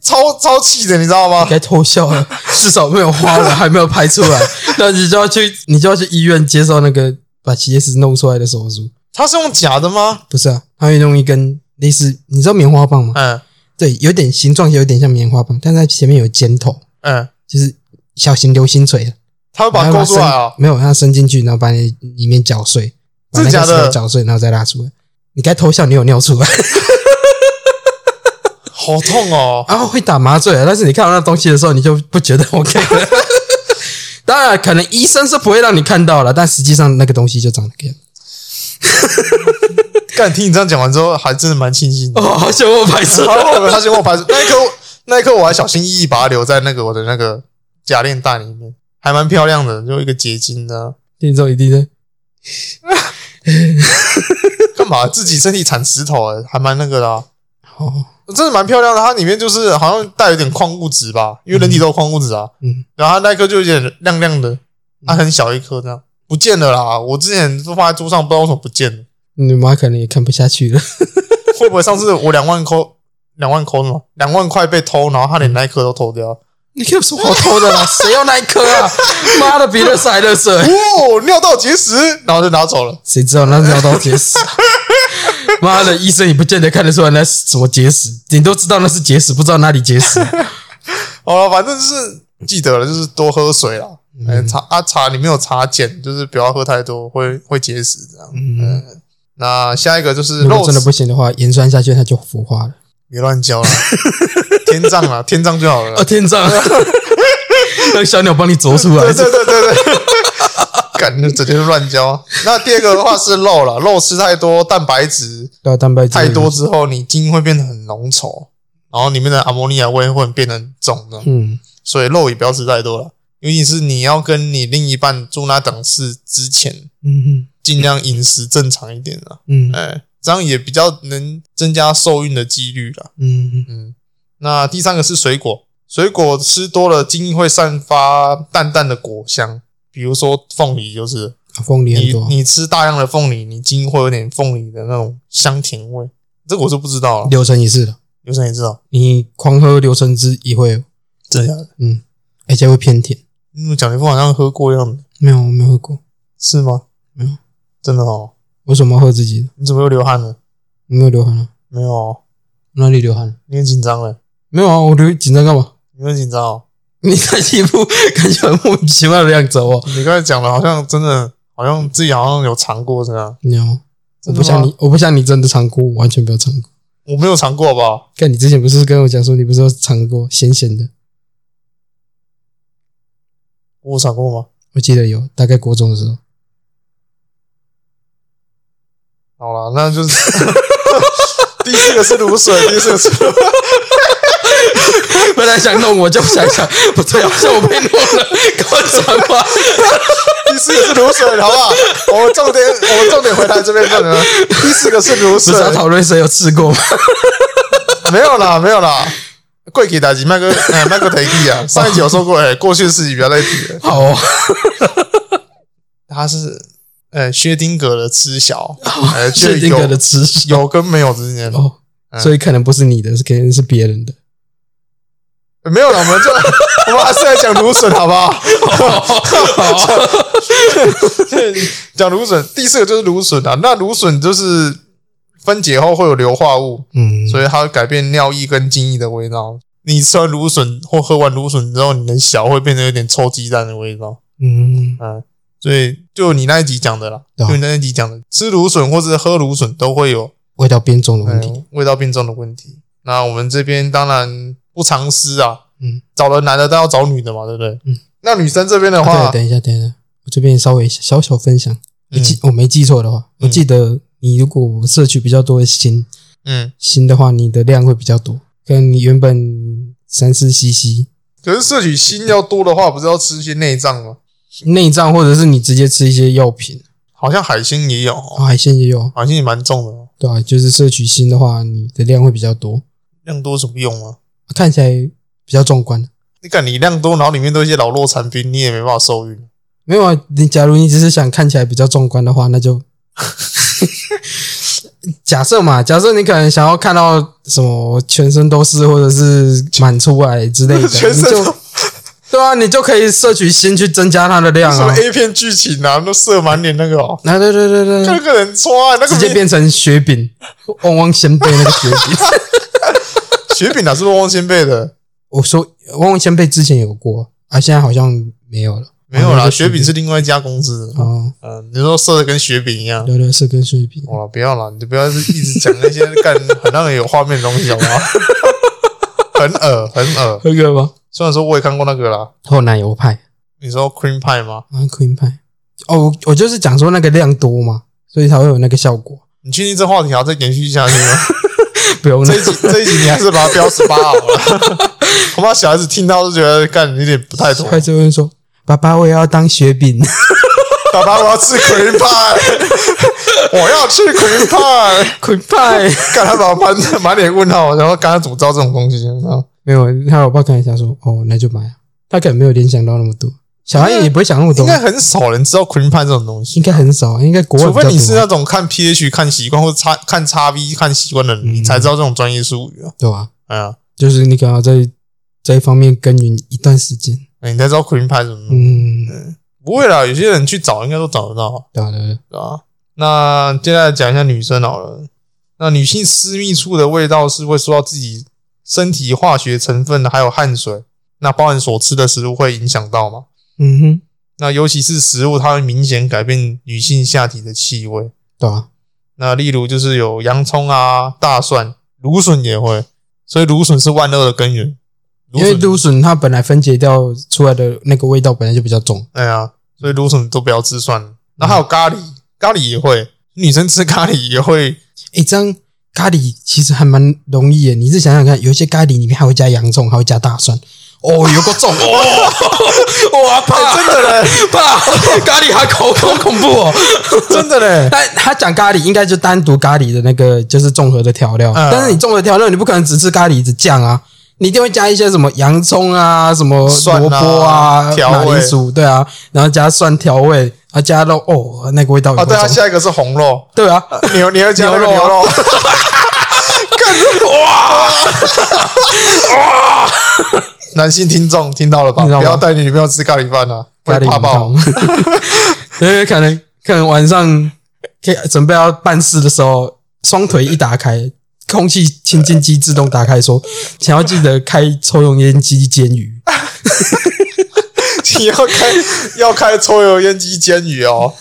S3: 超超气的，你知道吗？
S4: 该偷笑了。至少没有花纹，还没有拍出 来，那你就要去，你就要去医院接受那个把结石弄出来的手术。
S3: 他是用假的吗？
S4: 不是啊，他会弄一根类似你知道棉花棒吗？
S3: 嗯
S4: 对，有点形状有点像棉花棒，但是它前面有尖头，
S3: 嗯，
S4: 就是小型流星锤，
S3: 他会把它
S4: 然后
S3: 勾出来
S4: 伸
S3: 啊，
S4: 没有，它伸进去，然后把你里面搅碎，把
S3: 真
S4: 那
S3: 的
S4: 个
S3: 假的
S4: 球搅碎，然后再拉出来。你该偷笑，你有尿出来，
S3: 好痛哦！
S4: 然后会打麻醉啊，但是你看到那东西的时候，你就不觉得 OK 了。当然，可能医生是不会让你看到了，但实际上那个东西就长那个样子。
S3: 干，听你这样讲完之后，还真的蛮庆幸的。
S4: 哦，好想我白痴
S3: 然后他先帮我拍，那一刻我那一刻我还小心翼翼把它留在那个我的那个假链袋里面，还蛮漂亮的，就一个结晶的。啊
S4: 听众一定在
S3: 干嘛自己身体产石头、欸，还蛮那个的、啊，
S4: 哦，
S3: 真的蛮漂亮的。它里面就是好像带有点矿物质吧，因为人体都有矿物质啊。
S4: 嗯，
S3: 然后它那一颗就有点亮亮的，它很小一颗这样，不见了啦。我之前都放在桌上，不知道为什么不见了，
S4: 你妈可能也看不下去了。
S3: 会不会上次我两万扣？两万扣嘛，两万块被偷，然后他连那一颗都偷掉。
S4: 你有什么好偷的啦？ 谁要那一颗啊？妈的，比乐赛的水，
S3: 哦，尿道结石，然后就拿走了。
S4: 谁知道那是尿道结 石、啊？妈的，医生也不见得看得出来那是什么结石，顶多知道那是结石，不知道哪里结石。
S3: 好了，反正就是记得了，就是多喝水啦。嗯，茶啊茶里面有茶碱，就是不要喝太多，会会结石这样。哎
S4: 嗯，
S3: 那下一个就是
S4: 如
S3: 肉
S4: 果真的
S3: 食，
S4: 不行的话，盐酸下去它就腐化了。
S3: 别乱教啦， 天葬啦，天葬就好了
S4: 哦，
S3: 啦。
S4: 天葬，让小鸟帮你啄出来
S3: 对。对对对 对，感觉整天乱教。那第二个的话是肉啦，肉吃太多，蛋白质
S4: 对啊，蛋白质
S3: 太多。之后，你筋会变得很浓稠，然后里面的阿摩尼亚味会变得很重的。
S4: 嗯，
S3: 所以肉也不要吃太多了，尤其是你要跟你另一半住那档事之前，
S4: 嗯
S3: 尽量饮食正常一点啦，
S4: 嗯嗯
S3: 哎、这样也比较能增加受孕的几率啦。
S4: 嗯
S3: 嗯，那第三个是水果，水果吃多了，茎会散发淡淡的果香，比如说凤梨就是，
S4: 嗯，凤梨很
S3: 你
S4: 多。
S3: 你吃大量的凤梨，你茎会有点凤梨的那种香甜味，这个我就不知道了，
S4: 流程也是的，
S3: 刘生也知道，
S4: 你狂喝流程汁也会有，
S3: 真的假的？
S4: 而且会偏甜。
S3: 因为蒋立峰好像喝嗯过一样的，
S4: 没有，我没有喝过。
S3: 是吗？
S4: 没有，
S3: 真的哦。
S4: 为什么要喝自己的？
S3: 你怎么又流汗了？
S4: 我没有流汗啊，
S3: 没有哦，
S4: 哪里流汗了？
S3: 你很紧张了，
S4: 没有啊，我流紧张干嘛？
S3: 你很紧张哦。
S4: 你看一副感觉很莫名其妙的样子哦。
S3: 你刚才讲的好像真的，好像自己好像有尝过这样，
S4: 没有，我
S3: 真的
S4: 不像
S3: 吗
S4: 你，我不像你真的尝过，我完全不要尝过。
S3: 我没有尝过，好不好？
S4: 看你之前不是跟我讲说你不是有尝过咸咸的？
S3: 我有尝过吗？
S4: 我记得有，大概国中的时候。
S3: 好啦，那就是 第四个是卤水，第四个是
S4: 本来想弄我，就想 想不对，好像我被弄了，给我转吧。
S3: 第四个是卤水，好不好？我们重点我们重点回来这边看呢。第四个是卤
S4: 不是要
S3: 水，
S4: 讨论谁有吃过吗？
S3: 啊没有啦，没有啦。贵给打击麦克， 哎，麦克提议啊，上一集有说过，哎，过去的事情不要再提了。
S4: 好、 哦，
S3: 他是，呃，薛丁格的知晓，
S4: 哦
S3: 呃，就
S4: 确定
S3: 有
S4: 哥的吃相
S3: 有跟没有之间，
S4: 哦，所以可能不是你的，是肯定是别人的。
S3: 没有了，我们就 我们还是来讲芦笋，好不 好？讲芦笋，第四个就是芦笋啊。那芦笋就是分解后会有硫化物，
S4: 嗯，
S3: 所以它会改变尿液跟精液的味道。你吃完芦笋或喝完芦笋之后，你的小会变成有点臭鸡蛋的味道。
S4: 嗯，
S3: 嗯，所以就你那一集讲的啦，
S4: 对啊
S3: 就你那一集讲的，吃芦笋或是喝芦笋都会有
S4: 味道变重的问题。
S3: 嗯、味道变重的问题。那我们这边当然不藏私啊，
S4: 嗯，
S3: 找了男的都要找女的嘛，对不对？
S4: 嗯，
S3: 那女生这边的话，嗯
S4: 啊对，等一下，等一下，我这边稍微小小分享，我记、我没记错的话，
S3: 嗯
S4: 我记得你如果摄取比较多的锌，
S3: 嗯，嗯，
S4: 锌的话，你的量会比较多，跟你原本三四 CC
S3: 可是摄取锌要多的话，不是要吃一些内脏吗？
S4: 内脏，或者是你直接吃一些药品，
S3: 好像海鲜也有哦，
S4: 哦、海鲜也有，
S3: 海鲜也蛮重的哦，
S4: 对啊，就是摄取锌的话，你的量会比较多，
S3: 量多有什么用啊？
S4: 看起来比较壮观。
S3: 你看你量多，然后里面都一些老弱残兵，你也没办法受孕。
S4: 没有啊，你假如你只是想看起来比较壮观的话，那就 假设嘛，假设你可能想要看到什么全身都是，或者是满出来之类的，
S3: 全
S4: 你
S3: 身都
S4: 就 对啊，你就可以摄取锌去增加它的量
S3: 什么
S4: 啊。
S3: A 片剧情啊，都射满脸那个哦，
S4: 啊，对对对对
S3: 看
S4: 对，
S3: 那个人抓那个
S4: 直接
S3: 明
S4: 变成雪饼，旺旺仙贝那个雪饼。
S3: 雪饼啊，是不是汪先贝的？
S4: 我说旺旺仙贝之前有过啊，现在好像没有了。啊
S3: 没有
S4: 好像
S3: 啦，
S4: 是
S3: 啊雪饼是另外一家公司的。
S4: 哦，
S3: 嗯，你说射的跟雪饼一样。
S4: 对对是跟雪饼。
S3: 好了，不要了，你不要一直讲那些干很让人有画面的东西，好不好？ 很恶，很恶。
S4: 喝个吗？
S3: 虽然说我也看过那个啦，
S4: 厚奶油派
S3: 你说 cream pie 吗？
S4: 啊，cream 派。哦，我我就是讲说那个量多嘛，所以才会有那个效果。
S3: 你确定这话题还要再延续下去吗？
S4: 不用
S3: 这一集这一集你还是把它标十八 好了。我怕小孩子听到就觉得干有点不太懂。
S4: 快就问说：“爸爸，我也要当雪饼。
S3: 爸爸，我要吃 cream pie，我要吃 cream pie。
S4: ”cream 派。
S3: 干他把我满满脸问号，然后刚刚怎么知道这种东西？然后
S4: 没有，他老爸可能想说，哦，那就买啊。他可能没有联想到那么多，小孩也不会想那么多
S3: 应，该很少人知道 cream pie 这种东西
S4: 应。该很少，啊应该国外
S3: 除
S4: 比较
S3: 非你是
S4: 多
S3: 那种看 PH 看习惯，或者叉看叉 V 看习惯的人，
S4: 嗯
S3: 你才知道这种专业术语啊。
S4: 对吧？
S3: 哎呀，
S4: 就是你可能要在这一方面耕耘一段时间，
S3: 你才知道 cream pie 怎么弄。
S4: 嗯，
S3: 不会啦，有些人去找应该都找得到，
S4: 对啊，对啊，
S3: 对吧？那接下来讲一下女生好了。那女性私密处的味道是会受到自己身体化学成分还有汗水，那包含所吃的食物会影响到嘛？
S4: 嗯哼，
S3: 那尤其是食物，它会明显改变女性下体的气味。
S4: 对啊，
S3: 那例如就是有洋葱啊、大蒜、芦笋也会，所以芦笋是万恶的根源。
S4: 因为芦笋它本来分解掉出来的那个味道本来就比较重，
S3: 哎呀，所以芦笋都不要吃算了。那还有咖喱，咖喱也会，女生吃咖喱也会，
S4: 诶，哎这样咖喱其实还蛮容易的，你是想想看，有一些咖喱里面还会加洋葱，还会加大蒜，哦，有个重， 哦，哇，怕
S3: 真 的嘞，
S4: 怕，咖喱还口好恐怖 哦。
S3: 真的嘞。
S4: 但他讲咖喱应该就单独咖喱的那个就是综合的调料，
S3: 嗯
S4: 但是你综合调料你不可能只吃咖喱只酱啊，你一定会加一些什么洋葱啊、什么
S3: 蒜啊
S4: 萝卜啊、
S3: 调味
S4: 马铃薯，对啊，然后加蒜调味，啊加肉，哦，那个味道有
S3: 哦，对啊，
S4: 多重？
S3: 下一个是红肉，
S4: 对啊，
S3: 牛你要加那个
S4: 牛
S3: 牛
S4: 肉
S3: 肉，男性听众听到了吧？
S4: 听到吗
S3: 不要带你女朋友吃咖喱饭啊，
S4: 咖
S3: 会
S4: 喱
S3: 怕
S4: 很
S3: 爆
S4: 痛。 因为可能可能晚上可以准备要办事的时候，双腿一打开，空气清净机自动打开说，想要记得开抽油烟机煎鱼。
S3: 你要开要开抽油烟机煎鱼哦。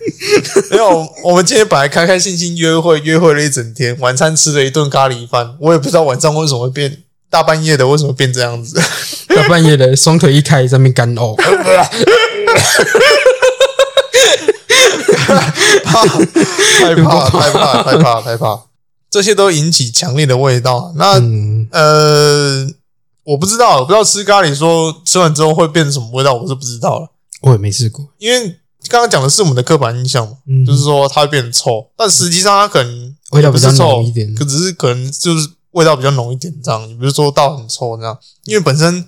S3: 没有，我们今天本来开开心心约会，约会了一整天，晚餐吃了一顿咖喱饭，我也不知道晚上为什么会变大半夜的，为什么变这样子？
S4: 大半夜的，双腿一开，在那边干 呕。
S3: 啊怕害怕害怕害怕害怕，这些都引起强烈的味道。那、
S4: 嗯，
S3: 呃，我不知道，我不知道吃咖喱说吃完之后会变成什么味道，我是不知道了，
S4: 我也没试过。
S3: 因为。刚刚讲的是我们的刻板印象嘛，
S4: 嗯
S3: 就是说它会变臭，但实际上它可能
S4: 味道
S3: 不
S4: 比
S3: 是
S4: 较
S3: 臭
S4: 浓一点
S3: 可只是可能就是味道比较浓一点这样，也不是说到很臭这样，因为本身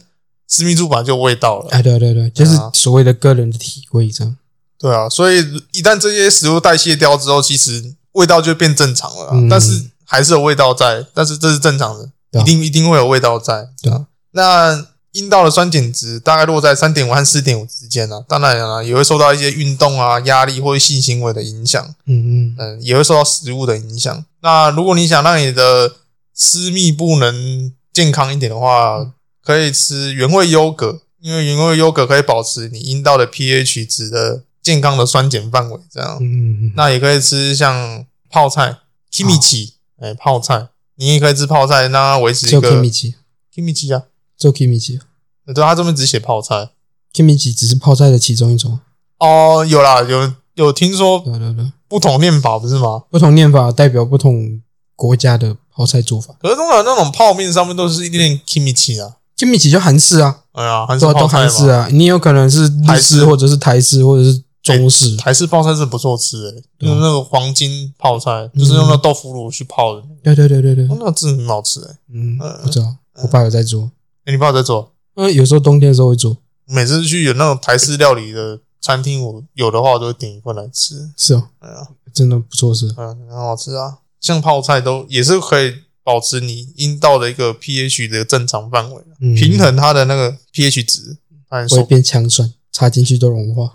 S3: 私密处本来就有味道了，
S4: 哎，对对对，就是
S3: 啊
S4: 所谓的个人的体味这样。
S3: 对啊，所以一旦这些食物代谢掉之后，其实味道就变正常了啊、
S4: 嗯
S3: 但是还是有味道在，但是这是正常的，
S4: 对啊
S3: 一定一定会有味道在，
S4: 对啊。
S3: 那阴道的酸碱值大概落在三点五和四点五之间呢、啊，当然了、也会受到一些运动啊、压力或者性行为的影响。
S4: 嗯嗯，
S3: 嗯，也会受到食物的影响。那如果你想让你的私密部能健康一点的话，可以吃原味优格，因为原味优格可以保持你阴道的 pH 值的健康的酸碱范围。这样，
S4: 嗯嗯嗯，
S3: 那也可以吃像泡菜 kimchi，哎、泡菜，你也可以吃泡菜，让它维持一
S4: 做 k i m
S3: 个
S4: i c h i
S3: kimchi 啊。
S4: 做 k i m i c h i
S3: 对，啊它这边只写泡菜。
S4: k i m i c h i 只是泡菜的其中一种。
S3: 哦，有啦，有有听说
S4: 对对对，
S3: 不同念法不是吗？
S4: 不同念法代表不同国家的泡菜做法。
S3: 可是通常那种泡面上面都是一点 kimchi 啊。
S4: k i m i c h i 就韩式啊，
S3: 哎呀，韩式
S4: 对啊，
S3: 泡
S4: 都
S3: 菜
S4: 韩式
S3: 嘛，哎
S4: 啊，你有可能是日
S3: 台
S4: 式
S3: 式哎
S4: 或者是台式或者是中式。
S3: 台式泡菜是不错吃的，
S4: 对啊嗯
S3: 就是那个黄金泡菜，就是用那豆腐乳去泡的，
S4: 对对对对对
S3: 哦，那真的很好吃诶。
S4: 嗯，
S3: 嗯
S4: 不知道，我爸有在做。
S3: 哎，你爸有在做？
S4: 嗯，有时候冬天的时候会做。
S3: 每次去有那种台式料理的餐厅，我有的话我都会点一份来吃。
S4: 是哦，
S3: 哎呀，
S4: 真的不错是。哦
S3: 嗯，很好吃啊！像泡菜都也是可以保持你阴道的一个 pH 的正常范围，啊
S4: 嗯
S3: 平衡它的那个 pH 值。它很哎
S4: 会
S3: 受
S4: 变强酸，插进去都融化。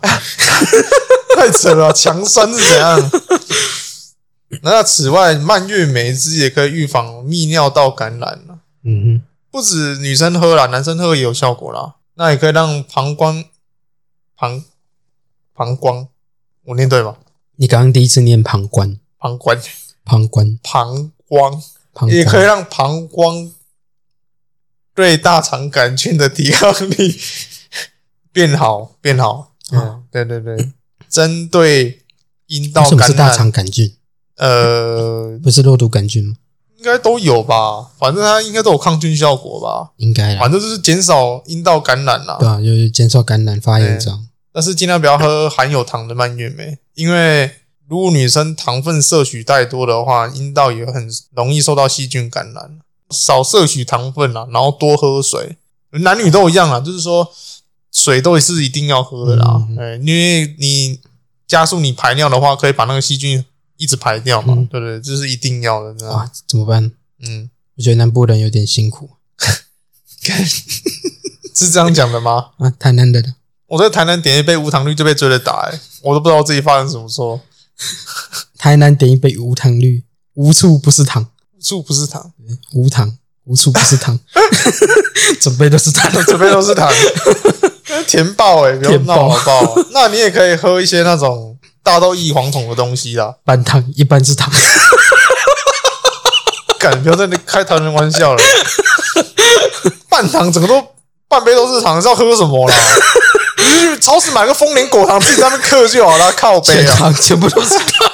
S3: 太扯了，强酸是怎样？ 那此外，蔓越莓汁也可以预防泌尿道感染啊
S4: 嗯
S3: 不止女生喝啦，男生喝也有效果啦。那也可以让膀胱膀膀胱，我念对吧？
S4: 哼，你刚刚第一次念膀胱，
S3: 膀胱
S4: 膀胱，
S3: 膀胱
S4: 膀胱
S3: 也可以让膀胱对大肠杆菌的抵抗力 变好变好。嗯，对对对，针对阴道
S4: 为什么
S3: 感
S4: 是大
S3: 染，
S4: 肠杆菌？
S3: 呃，
S4: 不是肉毒杆菌吗？
S3: 应该都有吧，反正它应该都有抗菌效果吧，
S4: 应该啦，
S3: 反正就是减少阴道感染啦。
S4: 嗯对啊，就是减少感染发炎这样。
S3: 但是尽量不要喝含有糖的蔓越莓，因为如果女生糖分摄取太多的话，阴道也很容易受到细菌感染。少摄取糖分啦，然后多喝水，男女都一样啦，啊就是说水都是一定要喝的啦，
S4: 嗯
S3: 哎，因为你加速你排尿的话，可以把那个细菌一直排掉嘛，
S4: 嗯
S3: 对不对？这是一定要的，这样
S4: 哇，怎么办？
S3: 嗯，
S4: 我觉得南部人有点辛苦
S3: 是这样讲的吗？
S4: 啊，台南的呢
S3: 我在台南点一杯无糖绿就被追着打、欸，我都不知道自己发生什么错，
S4: 台南点一杯无糖绿，无处不是糖，
S3: 醋不是 糖。
S4: 无糖无处不是 糖，准备都是糖。
S3: 准备都是 糖，甜爆哎、欸，不要闹好不好？那你也可以喝一些那种大豆异黄酮的东西啦，
S4: 半糖一般是糖，
S3: 敢不要在那开唐人玩 笑了，半糖整个都半杯都是糖，是要喝什么啦？你去超市买个丰年果糖自己在那边嗑就好了，靠
S4: 全
S3: 杯啊！
S4: 糖全部都是糖。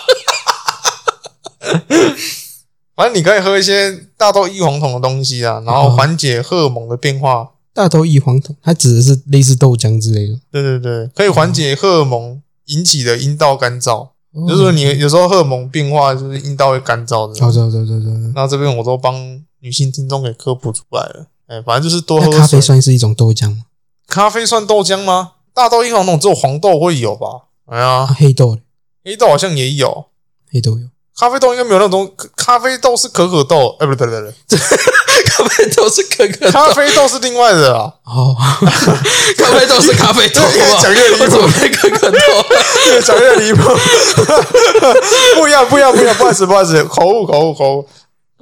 S3: 反正你可以喝一些大豆异黄酮的东西啊，然后缓解荷尔蒙的变化。
S4: 大豆异黄酮，它指的是类似豆浆之类的。
S3: 对对对，可以缓解荷尔蒙引起的阴道干燥，
S4: 哦
S3: 就是说你有时候荷尔蒙变化，就是阴道会干燥的。
S4: 哦，走走走走走。
S3: 那这边我都帮女性听众给科普出来了。哎、反正就是多喝
S4: 那
S3: 水。
S4: 咖啡算是一种豆浆吗？
S3: 咖啡算豆浆吗？大豆异黄酮只有黄豆会有吧？哎
S4: 啊，
S3: 呀，
S4: 黑豆嘞，
S3: 黑豆好像也有，
S4: 黑豆有。
S3: 咖啡豆应该没有那种咖啡豆是可可豆，哎、不对不对不对，
S4: 咖啡豆是可可。
S3: 咖啡豆是另外的啊
S4: 哦，咖啡豆是咖 啡豆
S3: 这越讲越离谱，
S4: 会可可豆？
S3: 越讲越离谱。 不一样，不一样，不一样，不好意思，不好意思，口误，口误，口误，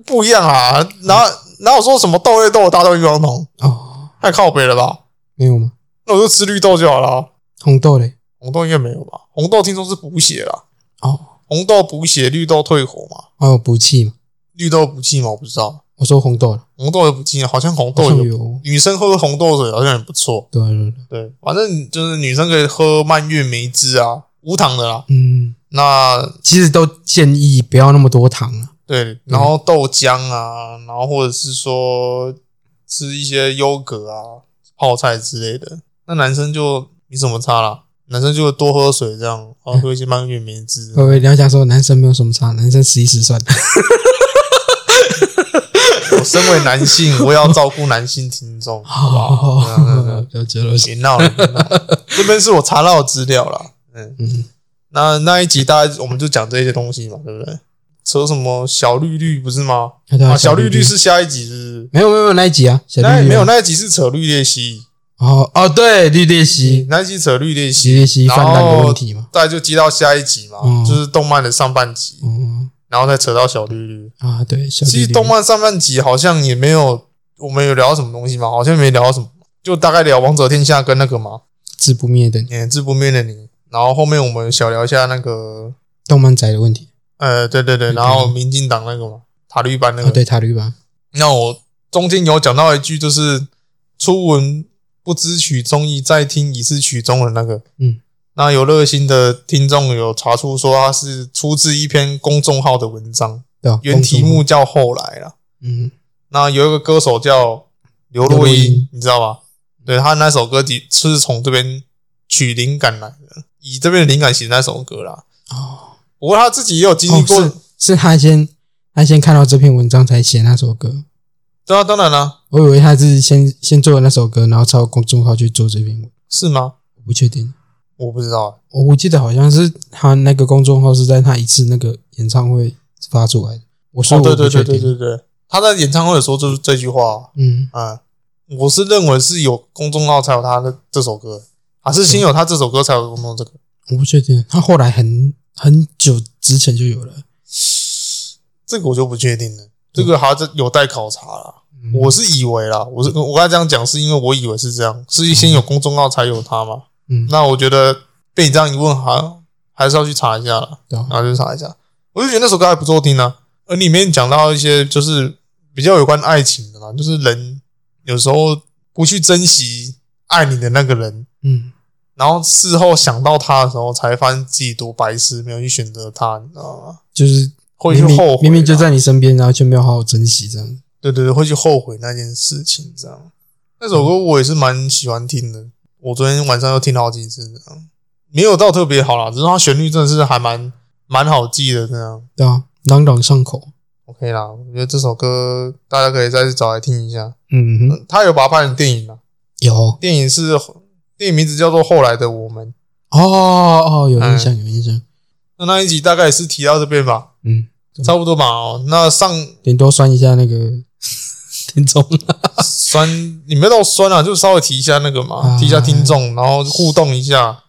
S3: 不一样啊！哪哪有说什么豆类豆大豆异黄酮？
S4: 哦，
S3: 太靠北了吧？
S4: 没有吗？
S3: 那我就吃绿豆就好了啊。
S4: 红豆嘞？
S3: 红豆应该没有吧？红豆听说是补血啦，
S4: 哦，
S3: 红豆补血，绿豆退火嘛，
S4: 还有哦补气嘛？
S3: 绿豆补气嘛，我不知道。
S4: 我说红豆了，
S3: 红豆有补啊气，好像红
S4: 好
S3: 豆
S4: 像
S3: 有。
S4: 有。
S3: 女生喝红豆水好像也不错，
S4: 对啊对对，
S3: 对，反正就是女生可以喝蔓越莓汁啊，无糖的啦。
S4: 嗯，
S3: 那
S4: 其实都建议不要那么多糖啊。
S3: 对，然后豆浆啊，然后或者是说吃一些优格啊、泡菜之类的。那男生就没什么差啦，男生就多喝水这样，然后喝一些蔓越莓汁。
S4: 各位你要想说男生没有什么差，男生试一试算了。
S3: 我身为男性，我也要照顾男性听众，好不好？
S4: 好
S3: 对啊对啊对啊，
S4: 了解了解。
S3: 别闹了，别闹了。这边是我查到的资料啦。嗯，
S4: 嗯，
S3: 那那一集大家我们就讲这些东西嘛，对不对？扯什么小绿绿不是吗？
S4: 啊对啊
S3: 啊，小绿
S4: 绿
S3: 绿是下一集是
S4: 没有没有没有那一集啊，小
S3: 不是？
S4: 绿
S3: 那
S4: 绿啊
S3: 没有那一集是扯绿鬣蜥，
S4: 哦哦，对，绿鬣蜥，
S3: 那一集扯绿鬣
S4: 绿
S3: 蜥，
S4: 鬣蜥泛滥的问题嘛。
S3: 大家就接到下一集嘛，
S4: 嗯
S3: 就是动漫的上半集，
S4: 嗯
S3: 然后再扯到小绿绿。
S4: 啊，对，小
S3: 其
S4: 绿
S3: 实
S4: 绿
S3: 动漫上半集好像也没有，我们有聊到什么东西吗？好像没聊到什么，就大概聊《王者天下》跟那个嘛，
S4: 治不灭的
S3: 也治不灭的你。然后后面我们小聊一下那个，
S4: 动漫宅的问题
S3: 呃，对对对，
S4: 嗯
S3: 然后民进党那个嘛，塔利班那
S4: 啊，
S3: 个。
S4: 对，塔绿吧，
S3: 那我中间有讲到一句，就是“初闻不知曲中意，再听已是曲中人”那个。
S4: 嗯，
S3: 那有热心的听众有查出说，它是出自一篇公众号的文章，
S4: 对吧？
S3: 原题
S4: 公
S3: 目
S4: 主，
S3: 叫《后来》啦。
S4: 嗯，
S3: 那有一个歌手叫刘若
S4: 刘若
S3: 英
S4: 英，
S3: 你知道吗？对他那首歌的是从这边取灵感来的，以这边的灵感写那首歌啦。
S4: 哦，
S3: 不过他自己也有经历
S4: 哦
S3: 过，
S4: 是是他先他先看到这篇文章才写那首歌，
S3: 对啊，当然啦、
S4: 我以为他是先先做了那首歌，然后抄公众号去做这篇文，
S3: 是吗？
S4: 我不确定。
S3: 我不知道啊，
S4: 我我记得好像是他那个公众号是在他一次那个演唱会发出来的，我说
S3: 哦，
S4: 我
S3: 对
S4: 不
S3: 对
S4: 确
S3: 对对
S4: 定，
S3: 对对，他在演唱会的时候就是这句话
S4: 嗯，
S3: 啊，我是认为是有公众号才有他的这首歌，还是先有他这首歌才有公众这个？
S4: 我不确定，他后来很很久之前就有了。
S3: 这个我就不确定了，这个还是有待考察啦。
S4: 嗯
S3: 我是以为啦，我是我刚才这样讲，是因为我以为是这样，是先有公众号才有他嘛。
S4: 嗯
S3: 那我觉得被你这样一问，还还是要去查一下啦。
S4: 对啊
S3: 然后就查一下，我就觉得那首歌还不错听啊。而里面讲到一些就是比较有关爱情的嘛，就是人有时候不去珍惜爱你的那个人，
S4: 嗯，
S3: 然后事后想到他的时候，才发现自己多白痴，没有去选择他，你知道吗？
S4: 就是
S3: 会去后
S4: 明明
S3: 悔啊啦，
S4: 明明就在你身边，然后却没有好好珍惜这样。
S3: 对对对，会去后悔那件事情。这样，那首歌我也是蛮喜欢听的，我昨天晚上又听了好几次，这样没有到特别好啦，只是它旋律真的是还蛮蛮好记的，这样
S4: 对啊，朗朗上口。
S3: OK 啦。我觉得这首歌大家可以再去找来听一下。
S4: 嗯哼，
S3: 嗯他有把它拍成电影啦，
S4: 有哦
S3: 电影是电影名字叫做《后来的我们》。
S4: 哦，有印象，有印象。
S3: 那那一集大概也是提到这边吧，
S4: 嗯，
S3: 差不多吧。哦，那上
S4: 顶多酸一下那个 听众。
S3: 酸你没有到酸啊，就稍微提一下那个嘛，
S4: 啊
S3: 提一下听众，然后互动一下。
S4: 哦嗯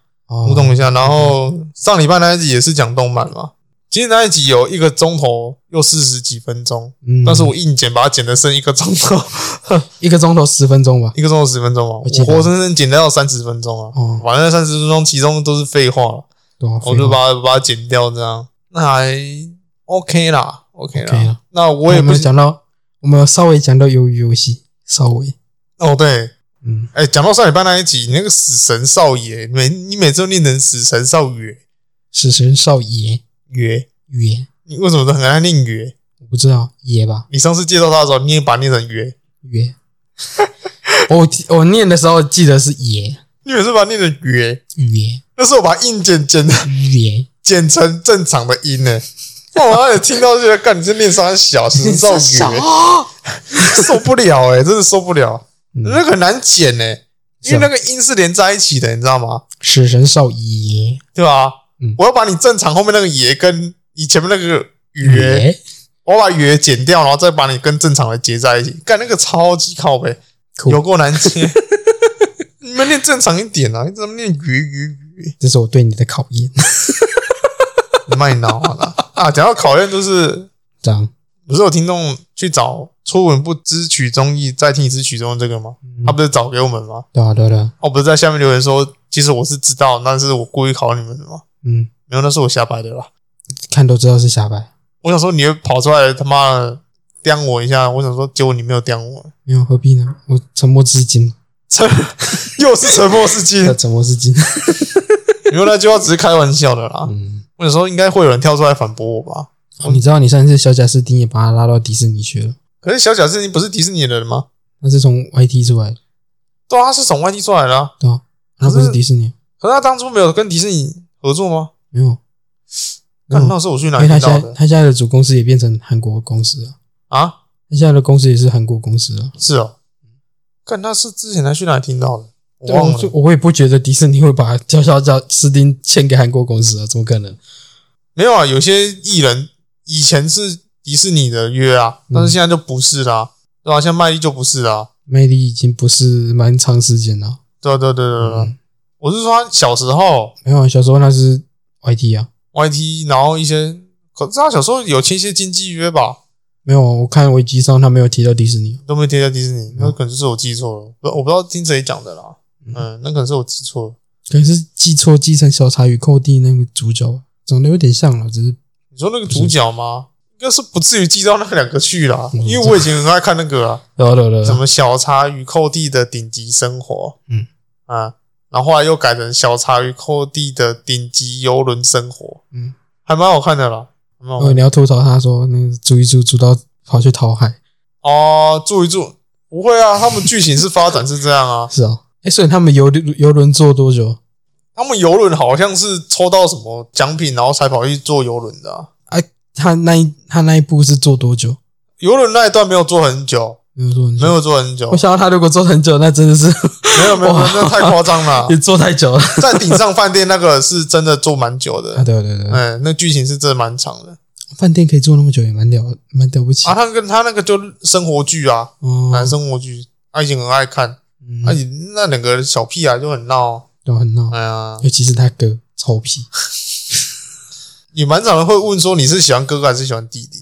S3: 互动一下。然后上礼拜那一集也是讲动漫嘛，其实那一集有一个钟头又四十几分钟，
S4: 嗯，
S3: 但是我硬剪把它剪的剩一个钟头，
S4: 一个钟头十分钟吧。
S3: 一个钟头十分钟嘛，
S4: 我记得
S3: 我活生生剪掉三十分钟啊，
S4: 哦，
S3: 反正三十分钟其中都是废话了，
S4: 对啊，
S3: 我就把它把它剪掉这样，那还 OK 啦，OK 啦。
S4: OK 啦
S3: 那我
S4: 我
S3: 也
S4: 有没
S3: 不
S4: 有讲到，我们有稍微讲到鱿鱼游戏，稍微。
S3: 哦，对，
S4: 嗯，
S3: 哎，讲到上礼拜那一集，你那个死神少爷，每你每次都念成死神少爷
S4: 死神少爷
S3: 爷，
S4: 爷，
S3: 你为什么都很爱念爷？
S4: 我不知道爷吧
S3: 你上次介绍他的时候，你也把它念成爷，
S4: 爷。我 我念的时候记得是爷
S3: 你每次把它念成约，
S4: 爷
S3: 那时候我把硬剪剪
S4: 爷，
S3: 剪成正常的音 呢、哇我妈也听到就在干，你这念啥小时造
S4: 傻
S3: 语，受不了哎、真的受不了，
S4: 嗯
S3: 那个很难剪呢、因为那个音是连在一起的，你知道吗？
S4: 死神少爷
S3: 对吧
S4: 嗯？
S3: 我要把你正常后面那个爷跟你前面那个爷，
S4: 爷，
S3: 我把爷剪掉，然后再把你跟正常的结在一起，干那个超级靠背，
S4: 酷
S3: 有够难 接。你们念正常一点啊，你怎么念鱼鱼鱼？
S4: 这是我对你的考验。
S3: 卖脑了 啊！讲到考验，就是
S4: 这样，
S3: 不是有听众去找初吻不知曲中意，再听一次曲中这个吗？啊
S4: 嗯
S3: 他不是找给我们吗？
S4: 对啊，对啊对啊，
S3: 哦，不是在下面留言说，其实我是知道，但是我故意考你们的吗？
S4: 嗯，
S3: 没有，那是我瞎掰的啦。
S4: 看都知道是瞎掰，
S3: 我想说，你会跑出来他妈的刁我一下，我想说，结果你没有刁我，
S4: 没有何必呢？我沉默是 金，
S3: 沉又是沉默是金
S4: 要。沉默是金。
S3: 你们那句话只是开玩笑的啦。
S4: 嗯，
S3: 我想说，应该会有人跳出来反驳我吧？
S4: 哦你知道你上次小贾斯汀也把他拉到迪士尼去了，
S3: 可是小贾斯汀不是迪士尼的人吗？
S4: 那是从 YT 出来的，
S3: 对啊，他是从外地出来的、啊，
S4: 对啊，那不
S3: 可
S4: 是
S3: 是
S4: 迪士尼，
S3: 可是他当初没有跟迪士尼合作吗？
S4: 没有，没
S3: 干
S4: 有
S3: 那时候我去哪
S4: 因
S3: 里
S4: 为他
S3: 听
S4: 嗯现
S3: 到
S4: 在
S3: 的
S4: 他现在的主公司也变成韩国公司了，
S3: 啊？
S4: 他现在的公司也是韩国公司了。
S3: 是哦，看那是之前他去哪里听到的？我
S4: 对
S3: 忘
S4: 我
S3: 了
S4: 就，我也不觉得迪士尼会把叫小贾斯汀献给韩国公司啊，怎么可能？
S3: 没有啊。有些艺人以前是迪士尼的约啊，但是
S4: 嗯
S3: 现在就不是啦，对吧、像麦莉就不是啦，
S4: 魅力已经不是蛮长时间了。
S3: 对啊对啊对啊对啊对啊
S4: 嗯
S3: 我是说他小时候
S4: 没有，小时候那是 YT 啊，
S3: YT，然后一些，可是他小时候有签一些经纪约吧，
S4: 没有，我看维基上他没有提到迪士尼。
S3: 都没有贴在迪士尼，那
S4: 嗯
S3: 可能就是我记错了，不我不知道听谁讲的啦。
S4: 嗯
S3: 嗯，那可能是我记错了。
S4: 可能是记错继承小茶与寇弟那个主角，长得有点像了，只是
S3: 你说那个主角吗？应该是不至于记到那两个去啦，
S4: 嗯
S3: 因为我以前很爱看那个啊，
S4: 了了了
S3: 什么小茶与寇弟的顶级生活，
S4: 嗯
S3: 啊，然后后来又改成小茶与寇弟的顶级游轮生活，
S4: 嗯，
S3: 还蛮好看的啦，还蛮好
S4: 哦，
S3: 看
S4: 你要吐槽他说那个煮一煮煮到跑去讨海，
S3: 哦，住一住，不会啊，他们剧情是发展是这样啊，
S4: 是啊，哎，所以他们游游轮坐多久
S3: 他们游轮好像是抽到什么奖品，然后才跑去坐游轮的、啊，
S4: 啊？他那一他那一部是坐多久？
S3: 游轮那一段没有坐很久，
S4: 没有坐啊很久
S3: 没。有坐很久
S4: 我，想到他如果坐很久，那真 的是
S3: 没有没有，没有那太夸张 了
S4: 也，坐太久了。
S3: 在顶上饭店那个是真的坐蛮久
S4: 啊，
S3: 的，
S4: 对对对，
S3: 嗯，那剧情是真的蛮长的
S4: 饭店可以坐那么久也蛮了蛮了不起
S3: 啊。他跟他那个就生活剧啊，
S4: 哦
S3: 男生活剧他以前很爱看，
S4: 嗯，
S3: 那、你那两个小屁孩就很闹、
S4: 都很闹，
S3: 哎呀，
S4: 尤其是他哥臭屁，
S3: 也蛮常人会问说你是喜欢哥哥还是喜欢弟弟？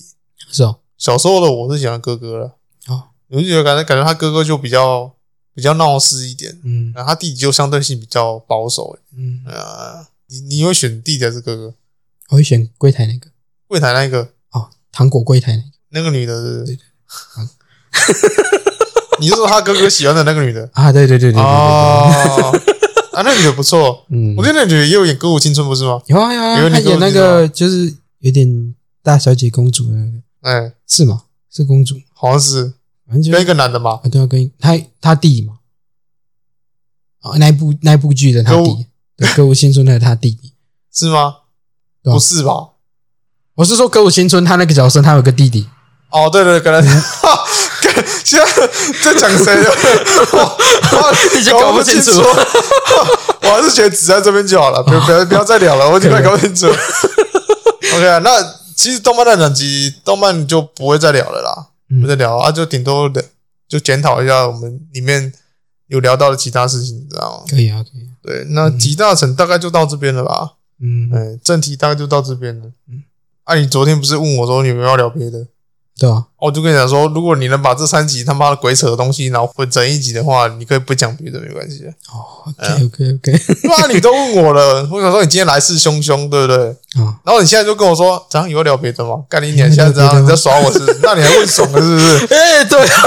S4: 是哦，
S3: 小时候的我是喜欢哥哥了，
S4: 哦，
S3: 我就觉得感觉感觉他哥哥就比较比较闹事一点，啊
S4: 嗯
S3: 然后他弟弟就相对性比较保守、
S4: 嗯，
S3: 哎呀，你你会选弟弟还是哥哥？
S4: 我会选柜台那个
S3: 柜台那一个
S4: 哦，糖果柜台那
S3: 那
S4: 个
S3: 个女的是不是
S4: 对嗯
S3: 你是说他哥哥喜欢的那个女的？
S4: 啊，对对对对对对对，
S3: 哦，啊，那女的不错，
S4: 嗯，
S3: 我觉得那女的也有演《歌舞青春》不是吗？
S4: 有啊有啊，
S3: 有
S4: 他
S3: 你跟
S4: 演
S3: 我
S4: 那
S3: 介
S4: 个就是有点大小姐公主的那个，
S3: 哎，
S4: 是吗？是公主，
S3: 好像是
S4: 反正就
S3: 跟一个男的嘛，
S4: 啊，对啊，跟他他弟嘛，啊，那一部那一部剧的他
S3: 歌舞
S4: 弟，对，歌舞青春的他弟弟。
S3: 是吗？
S4: 对啊
S3: 不是吧？
S4: 我是说《歌舞青春》他那个角色，他有个弟弟，
S3: 哦，对对，对可能
S4: 嗯
S3: 跟现在在讲谁 了？我我
S4: 已经搞不
S3: 不
S4: 清楚
S3: 楚， 我还是觉得只在这边就好了，不要不要不要再聊 了，我已经快搞不清楚。OK 啊，那其实动漫那两集，动漫就不会再聊了啦，
S4: 嗯
S3: 不再聊啊，就顶多的就检讨一下我们里面有聊到的其他事情，你知道吗？
S4: 可以啊，可以啊、
S3: 对，那集大成大概就到这边了吧，
S4: 嗯，
S3: 嗯，正题大概就到这边了
S4: 嗯。
S3: 啊，你昨天不是问我说你有没有要聊别的？
S4: 对啊，
S3: 我哦就跟你讲说，如果你能把这三集他妈的鬼扯的东西，然后混成一集的话，你可以不讲别的没关系。
S4: 哦，OK，OK，OK，、
S3: 对啊，你都问我了，我想说你今天来势汹汹，对不对？
S4: 啊，
S3: 然后你现在就跟我说，咱有聊别的吗？干你娘！现在这样你在耍我是不是？那你还问爽了是不是？
S4: 哎、对啊，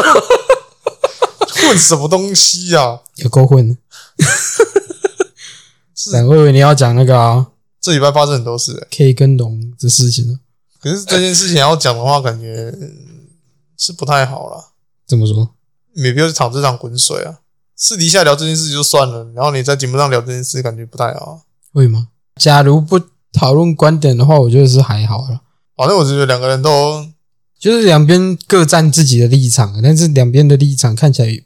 S3: 混什么东西啊？
S4: 有够混的。是啊，我以为你要讲那个啊
S3: 这礼拜发生很多事、欸，
S4: K 跟龙的事情呢？
S3: 可是这件事情要讲的话，感觉、嗯是不太好了，
S4: 怎么说？
S3: 没必要去淌这场滚水啊。私底下聊这件事就算了，然后你在节目上聊这件事，感觉不太好啊。
S4: 会吗？假如不讨论观点的话，我觉得是还好啦，
S3: 反正我觉得两个人都
S4: 就是两边各站自己的立场，啊但是两边的立场看起来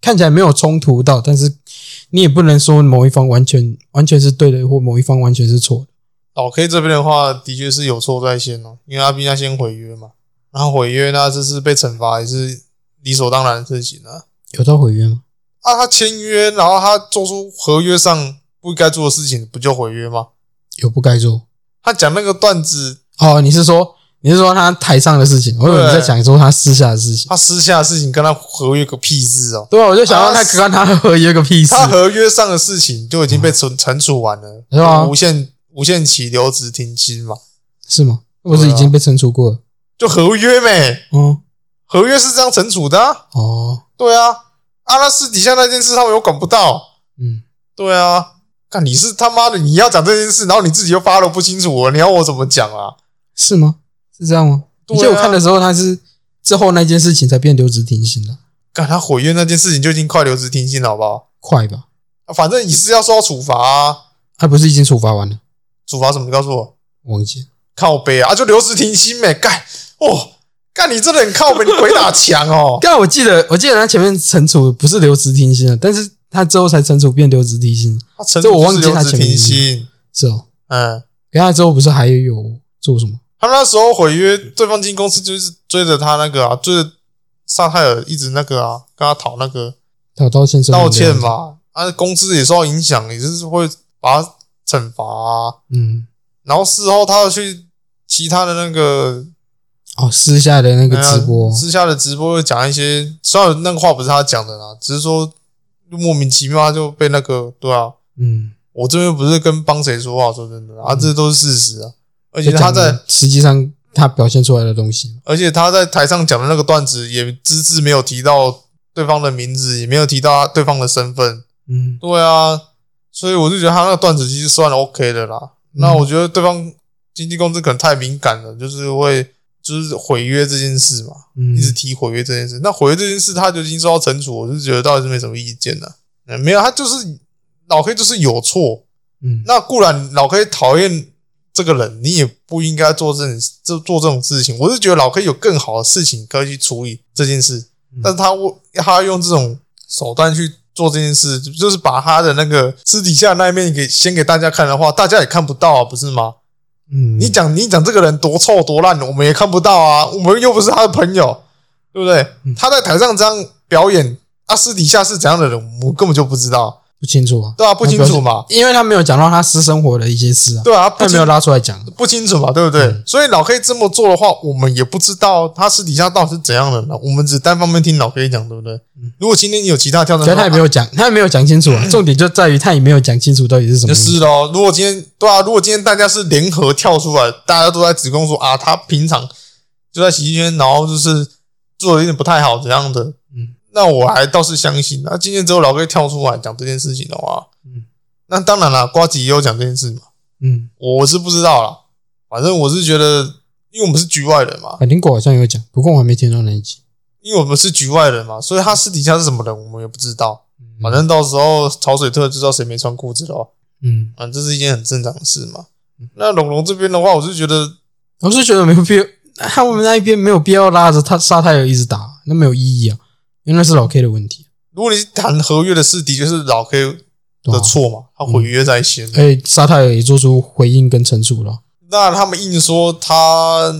S4: 看起来没有冲突到，但是你也不能说某一方完全完全是对的，或某一方完全是错的。
S3: 老 K 哦这边的话，的确是有错在先哦，因为他毕竟他先毁约嘛，然后毁约那这是被惩罚也是理所当然的事情啊。
S4: 有到毁约吗？
S3: 啊，他签约，然后他做出合约上不该做的事情，不就毁约吗？
S4: 有不该做。
S3: 他讲那个段子，
S4: 哦，你是说你是说他台上的事情？我以为你在讲说他私下的事情。
S3: 他私下的事情跟他合约个屁事哦，
S4: 对啊，我就想到他
S3: 啊
S4: 跟他合约个屁事。
S3: 他合约上的事情就已经被惩惩处完了，
S4: 是吗
S3: 无限无限期留职停薪嘛，
S4: 是吗？不是已经被惩处过了？
S3: 就合约呗，
S4: 哦
S3: 合约是这样惩处的、啊，
S4: 哦，
S3: 对啊，啊，那私底下那件事他们又管不到。
S4: 嗯，
S3: 对啊，看你是他妈的你要讲这件事，然后你自己又发了不清楚，你要我怎么讲啊？
S4: 是吗？是这样吗？
S3: 对
S4: 而
S3: 啊
S4: 且我看的时候，他是之后那件事情才变留职停薪的，
S3: 干他毁约那件事情就已经快留职停薪了，好不好？
S4: 快吧？
S3: 啊反正你是要受到处罚啊，
S4: 他不是已经处罚完了？
S3: 处罚什么？你告诉我，
S4: 我忘记了。，
S3: 靠背啊，啊就留职停薪呗，干哦，干你真的很靠背，你鬼打墙哦
S4: 但我记得，我记得他前面惩处不是留职停薪了，但是他之后才惩处变留职停薪，
S3: 啊成
S4: 这我忘记
S3: 留
S4: 他
S3: 职
S4: 前面
S3: 停
S4: 是
S3: 薪，
S4: 是哦。
S3: 嗯。
S4: 可他之后不是还有做什么？
S3: 他们那时候毁约，对方进公司就是追着他那个啊，追着沙泰尔一直那个啊，跟他讨那个
S4: 他有道歉声明
S3: 道
S4: 这
S3: 歉
S4: 样子？
S3: 嘛，啊，公司也受到影响，也就是会把他惩罚啊。
S4: 嗯，
S3: 然后事后他要去其他的那个
S4: 哦，私下的那个直播
S3: 呃，私下的直播讲一些，虽然那个话不是他讲的啦，只是说莫名其妙他就被那个对啊，
S4: 嗯，
S3: 我这边不是跟帮谁说话，说真的啊，这都是事实啊。而且
S4: 就嗯讲
S3: 他在，
S4: 实际上他表现出来的东西，
S3: 而且他在台上讲的那个段子，也只字没有提到对方的名字，也没有提到他对方的身份，
S4: 嗯，
S3: 对啊，所以我就觉得他那个段子其实算 OK 的啦。那我觉得对方经纪公司可能太敏感了，就是会就是毁约这件事嘛，
S4: 嗯
S3: 一直提毁约这件事。那毁约这件事他就已经受到惩处，我就觉得倒是没什么意见了。嗯没有，他就是老 K 就是有错。
S4: 嗯，
S3: 那固然老 K 讨厌这个人，你也不应该做这种做做这种事情。我是觉得老 K 有更好的事情可以去处理这件事，
S4: 嗯
S3: 但是他为他用这种手段去做这件事，就是把他的那个私底下那一面给先给大家看的话，大家也看不到啊，不是吗？
S4: 嗯，
S3: 你讲你讲这个人多臭多烂，我们也看不到啊，我们又不是他的朋友，对不对？
S4: 嗯
S3: 他在台上这样表演，啊，私底下是怎样的人，我们根本就不知道，
S4: 不清楚啊，
S3: 对啊，不清楚嘛，
S4: 因为他没有讲到他私生活的一些事啊，
S3: 对啊，不
S4: 他没
S3: 清
S4: 有拉出来讲。
S3: 不清楚嘛，对不对？
S4: 嗯
S3: 所以老 K 这么做的话，我们也不知道他私底下到底是怎样的人啊，我们只单方面听老 K 讲，对不对？如果今天你有其他跳啊
S4: 可
S3: 针的
S4: 是嗯他
S3: 话，
S4: 也没有讲，他也没有讲清楚啊。重点就在于他也没有讲清楚到底是什
S3: 嗯
S4: 么
S3: 就
S4: 意思。
S3: 是咯。如果今天对啊，如果今天大家是联合跳出来，大家都在指控说啊，他平常就在喜剧圈，然后就是做的有点不太好怎样的，
S4: 嗯，
S3: 那我还倒是相信。啊那今天只有老 K 跳出来讲这件事情的话，
S4: 嗯，
S3: 那当然了，瓜子也有讲这件事嘛，
S4: 嗯，
S3: 我是不知道啦，反正我是觉得，因为我们是局外人嘛，
S4: 反正啊狗好像有讲，不过我还没听到那一集。
S3: 因为我们是局外人嘛，所以他私底下是什么人，我们也不知道。
S4: 嗯
S3: 反正到时候潮水特就知道谁没穿裤子了。
S4: 嗯，
S3: 啊，这是一件很正常的事嘛。那龙龙这边的话，我是觉得
S4: 我是觉得没有必要，他们那一边没有必要拉着他沙泰尔一直打，那没有意义啊，因为那是老 K 的问题。
S3: 如果你是谈合约的事，的确是老 K
S4: 对
S3: 的
S4: 啊
S3: 错嘛，他毁约在先。
S4: 而且沙泰尔哎也做出回应跟陈述了，
S3: 那他们硬说他，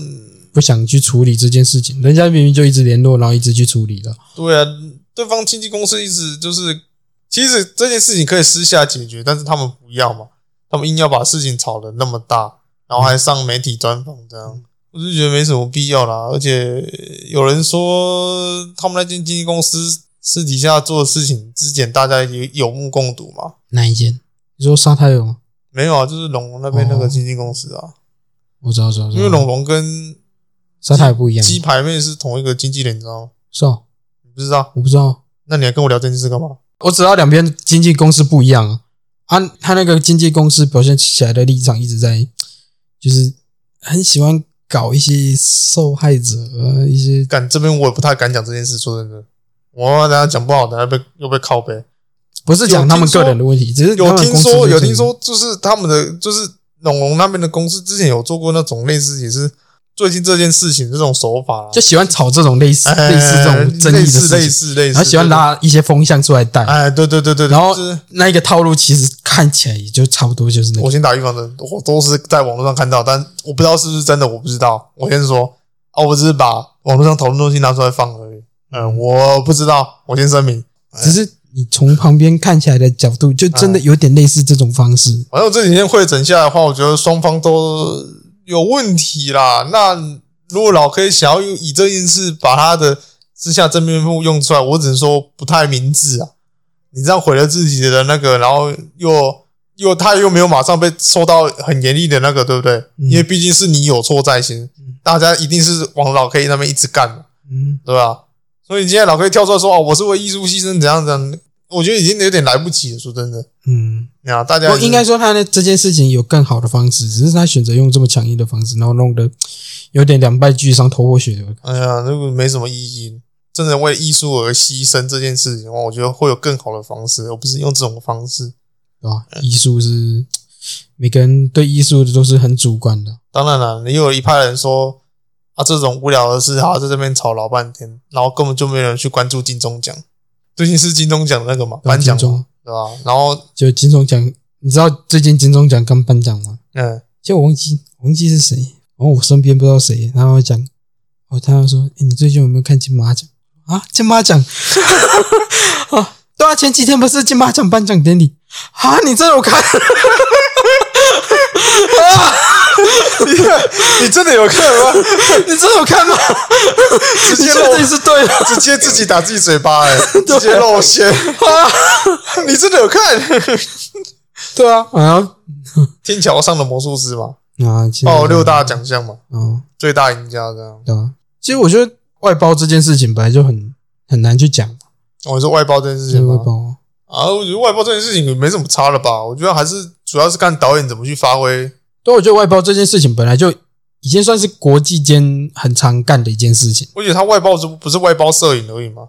S4: 不想去处理这件事情，人家明明就一直联络，然后一直去处理了。
S3: 对啊，对方经纪公司一直就是，其实这件事情可以私下解决，但是他们不要嘛，他们硬要把事情炒得那么大，然后还上媒体专访这样，
S4: 嗯
S3: 我是觉得没什么必要啦。而且有人说他们那间经纪公司私底下做的事情，之前大家也有目共睹嘛。
S4: 哪一件？你说沙泰尔吗？
S3: 没有啊，就是龙龙那边那个
S4: 哦
S3: 经纪公司啊，
S4: 我知道，我知道，我知
S3: 因
S4: 道
S3: 为龙龙跟
S4: 沙泰尔不一样，
S3: 鸡排妹是同一个经纪人，你知道吗？
S4: 是哦，
S3: 你不知道？
S4: 我不知道。
S3: 那你还跟我聊这件事干嘛？
S4: 我只要两边经纪公司不一样啊，他他那个经纪公司表现起来的立场一直在，就是很喜欢搞一些受害者呃一些，
S3: 敢这边我也不太敢讲这件事，说真的，我等下讲不好，等下被又被靠背。
S4: 不是讲他们个人的问题，只是他
S3: 有
S4: 们
S3: 听
S4: 公司
S3: 说，
S4: 就是
S3: 有听，说，就是他们的，就是龙龙那边的公司之前有做过那种类似，也是最近这件事情这种手法啦，
S4: 就喜欢炒这种类似
S3: 哎
S4: 类似这种争议
S3: 类
S4: 的
S3: 似类
S4: 事情，
S3: 似类似，
S4: 然后喜欢拉一些风向出来带
S3: 对。，哎，对对对对，对
S4: 然后
S3: 就是
S4: 那一个套路其实看起来也就差不多就是那
S3: 我
S4: 个，
S3: 先打预防针，我都是在网络上看到，但我不知道是不是真的，我不知道。我先说啊，我只是把网络上讨论东西拿出来放而已。嗯，我不知道，我先声明。
S4: 只是你从旁边看起来的角度，就
S3: 哎
S4: 真的有点类似这种方式。
S3: 反正我这几天会诊下来的话，我觉得双方都有问题啦。那如果老 K 想要以这件事把他的私下正面目用出来，我只能说不太明智啊。你这样毁了自己的那个，然后又又他又没有马上被受到很严厉的那个，对不对？
S4: 嗯
S3: 因为毕竟是你有错在先
S4: 嗯，
S3: 大家一定是往老 K 那边一直干嘛，
S4: 嗯，
S3: 对吧？所以你现在老 K 跳出来说哦，我是为艺术牺牲，怎样怎样，我觉得已经有点来不及了。说真的，
S4: 嗯。
S3: 啊，大家
S4: 我
S3: 已经
S4: 应该说他呢这件事情有更好的方式，只是他选择用这么强硬的方式，然后弄得有点两败俱伤、头破血流。
S3: 哎呀，那个没什么意义。真的为艺术而牺牲这件事情的话，我觉得会有更好的方式，而不是用这种方式。
S4: 对吧？
S3: 嗯
S4: 艺术是每个人对艺术都是很主观的，
S3: 当然了，也有一派人说啊，这种无聊的事，还要在这边吵老半天，然后根本就没有人去关注金钟奖。最近是金钟奖那个嘛，颁奖
S4: 金
S3: 嘛
S4: 钟
S3: 对吧？然后
S4: 就金钟奖，你知道最近金钟奖刚颁奖吗？
S3: 嗯，
S4: 就我忘记我忘记是谁，然后我身边不知道谁，然后讲，哦，他就说，诶你最近有没有看金马奖啊？金马奖 啊，对啊，前几天不是金马奖颁奖典礼啊？你真的有看？
S3: 你真的有看吗？
S4: 你真的有看吗？
S3: 直
S4: 你
S3: 接
S4: 确
S3: 露，
S4: 定是对的？
S3: 直接自己打自己嘴巴、欸，直接露馅。你真的有看？
S4: 对啊，啊
S3: 天桥上的魔术师嘛，
S4: 啊，其实
S3: 哦，六大奖项嘛，
S4: 哦，
S3: 最大赢家这样。
S4: 对啊。其实我觉得外包这件事情本来就很很难去讲，
S3: 我哦说外包这件事
S4: 就是
S3: 情
S4: 外
S3: 吗？
S4: 包，
S3: 啊，我觉得外包这件事情也没什么差了吧？我觉得还是主要是看导演怎么去发挥。
S4: 对，我觉得外包这件事情本来就已经算是国际间很常干的一件事情，
S3: 我觉得他外包是不是外包摄影而已吗？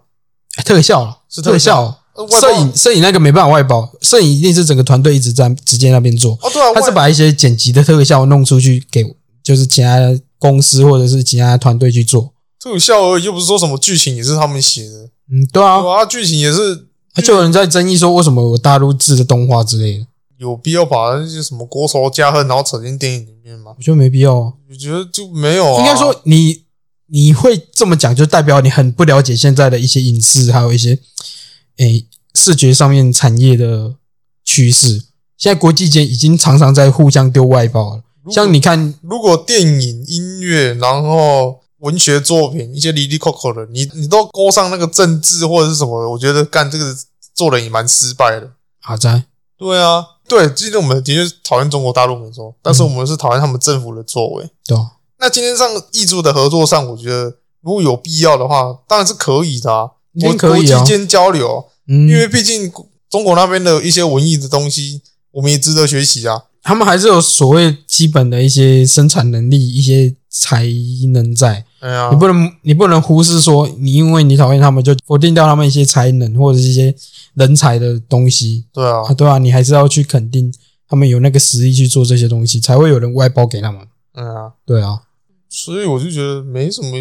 S4: 哎特效了
S3: 是特
S4: 特
S3: 效
S4: 效，
S3: 呃外包
S4: 摄影摄影那个没办法外包，摄影一定是整个团队一直在直接那边做，
S3: 哦，对啊，
S4: 他是
S3: 外
S4: 把一些剪辑的特效弄出去给就是其他公司或者是其他团队去做。
S3: 特效而已，又不是说什么剧情也是他们写的，
S4: 嗯，对啊，
S3: 对啊，剧情也是
S4: 就有人在争议说，为什么有大陆制的动画之类的？
S3: 有必要把那些什么国仇家恨然后扯进电影里面吗？
S4: 我觉得没必要啊。
S3: 我觉得就没有啊。
S4: 应该说你你会这么讲，就代表你很不了解现在的一些影视，还有一些诶视觉上面产业的趋势。现在国际间已经常常在互相丢外包了，
S3: 如果
S4: 像你看，
S3: 如果电影、音乐，然后文学作品一些离离扣扣的，你你都勾上那个政治或者是什么的，我觉得干这个做人也蛮失败的。
S4: 阿在
S3: 对啊，对，今天我们的确讨厌中国大陆没错，但是我们是讨厌他们政府的作为。
S4: 对啊
S3: 那今天上艺术的合作上，我觉得如果有必要的话，当然是可以的啊，
S4: 一
S3: 国
S4: 定可以啊
S3: 国际间交流，
S4: 嗯，
S3: 因为毕竟中国那边的一些文艺的东西，我们也值得学习啊。
S4: 他们还是有所谓基本的一些生产能力、一些才能在，
S3: 哎呀
S4: 你，不能你不能忽视说你因为你讨厌他们就否定掉他们一些才能或者是一些人才的东西
S3: 对啊
S4: 啊，，对啊，你还是要去肯定他们有那个实力去做这些东西，才会有人外包给他们。
S3: 哎呀，
S4: 对啊，
S3: 所以我就觉得没什么，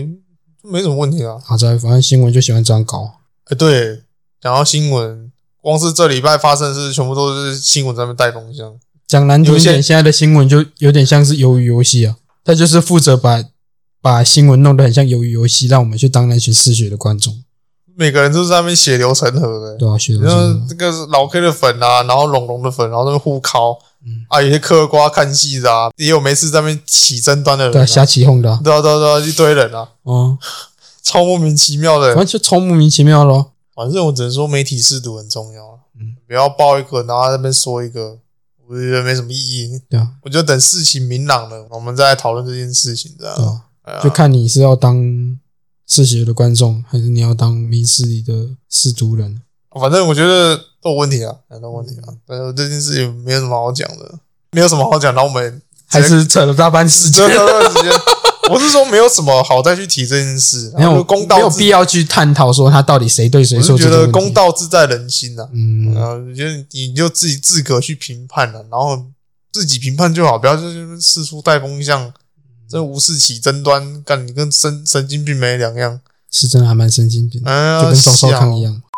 S3: 没什么问题啊。
S4: 好在反正新闻就喜欢这样搞，
S3: 哎，对，讲到新闻，光是这礼拜发生的事，全部都是新闻在那边带啊风向。
S4: 讲难听一
S3: 有
S4: 点，
S3: 些
S4: 现在的新闻就有点像是鱿鱼游戏啊，他就是负责把把新闻弄得很像鱿鱼游戏，让我们去当那群嗜血的观众，
S3: 每个人都是在那边血流成河的、
S4: 对啊，血
S3: 你
S4: 流成河
S3: 说这个是老 K 的粉啊，然后龙龙的粉，然后在那边互敲，
S4: 嗯
S3: 啊，有些嗑瓜看戏的啊，也有没事在那边起争端的人、
S4: 对
S3: 啊，
S4: 啊，瞎起哄的啊，
S3: 对啊，对啊，对啊，一堆人啊，
S4: 嗯，
S3: 超莫名其妙的
S4: 反。正就超莫名其妙咯。
S3: 反正我只能说媒体试读很重要啊，
S4: 嗯
S3: 不要报一个然后在那边说一个，我就觉得没什么意义。
S4: 对啊，
S3: 我觉得等事情明朗了，我们再来讨论这件事情，这
S4: 对
S3: 样。
S4: 啊，
S3: 哎呀
S4: 就看你是要当嗜血的观众，还是你要当民视里的失足人。
S3: 反正我觉得都有问题啊，都有问题啊。
S4: 嗯
S3: 但是这件事情没有什么好讲的，没有什么好讲。然后我们
S4: 还是扯了大 半时
S3: 这
S4: 间，
S3: 段时间，我是说没有什么好再去提这件事，
S4: 没
S3: 然后
S4: 有
S3: 就公
S4: 没
S3: 道
S4: 有
S3: 自
S4: 必，要去探讨说他到底谁对谁
S3: 我
S4: 错
S3: 是
S4: 这
S3: 觉
S4: 个问
S3: 得
S4: 题。
S3: 公道自在人心呐、然
S4: 嗯，
S3: 后我觉得你就自己自个去评判了、然后自己评判就好，不要就是四处带风向，
S4: 嗯
S3: 这无事起争端，干你跟神神经病没两样。
S4: 是真的还蛮神经病，
S3: 哎
S4: 就
S3: 呀，
S4: 跟赵少康一
S3: 样，
S4: 样。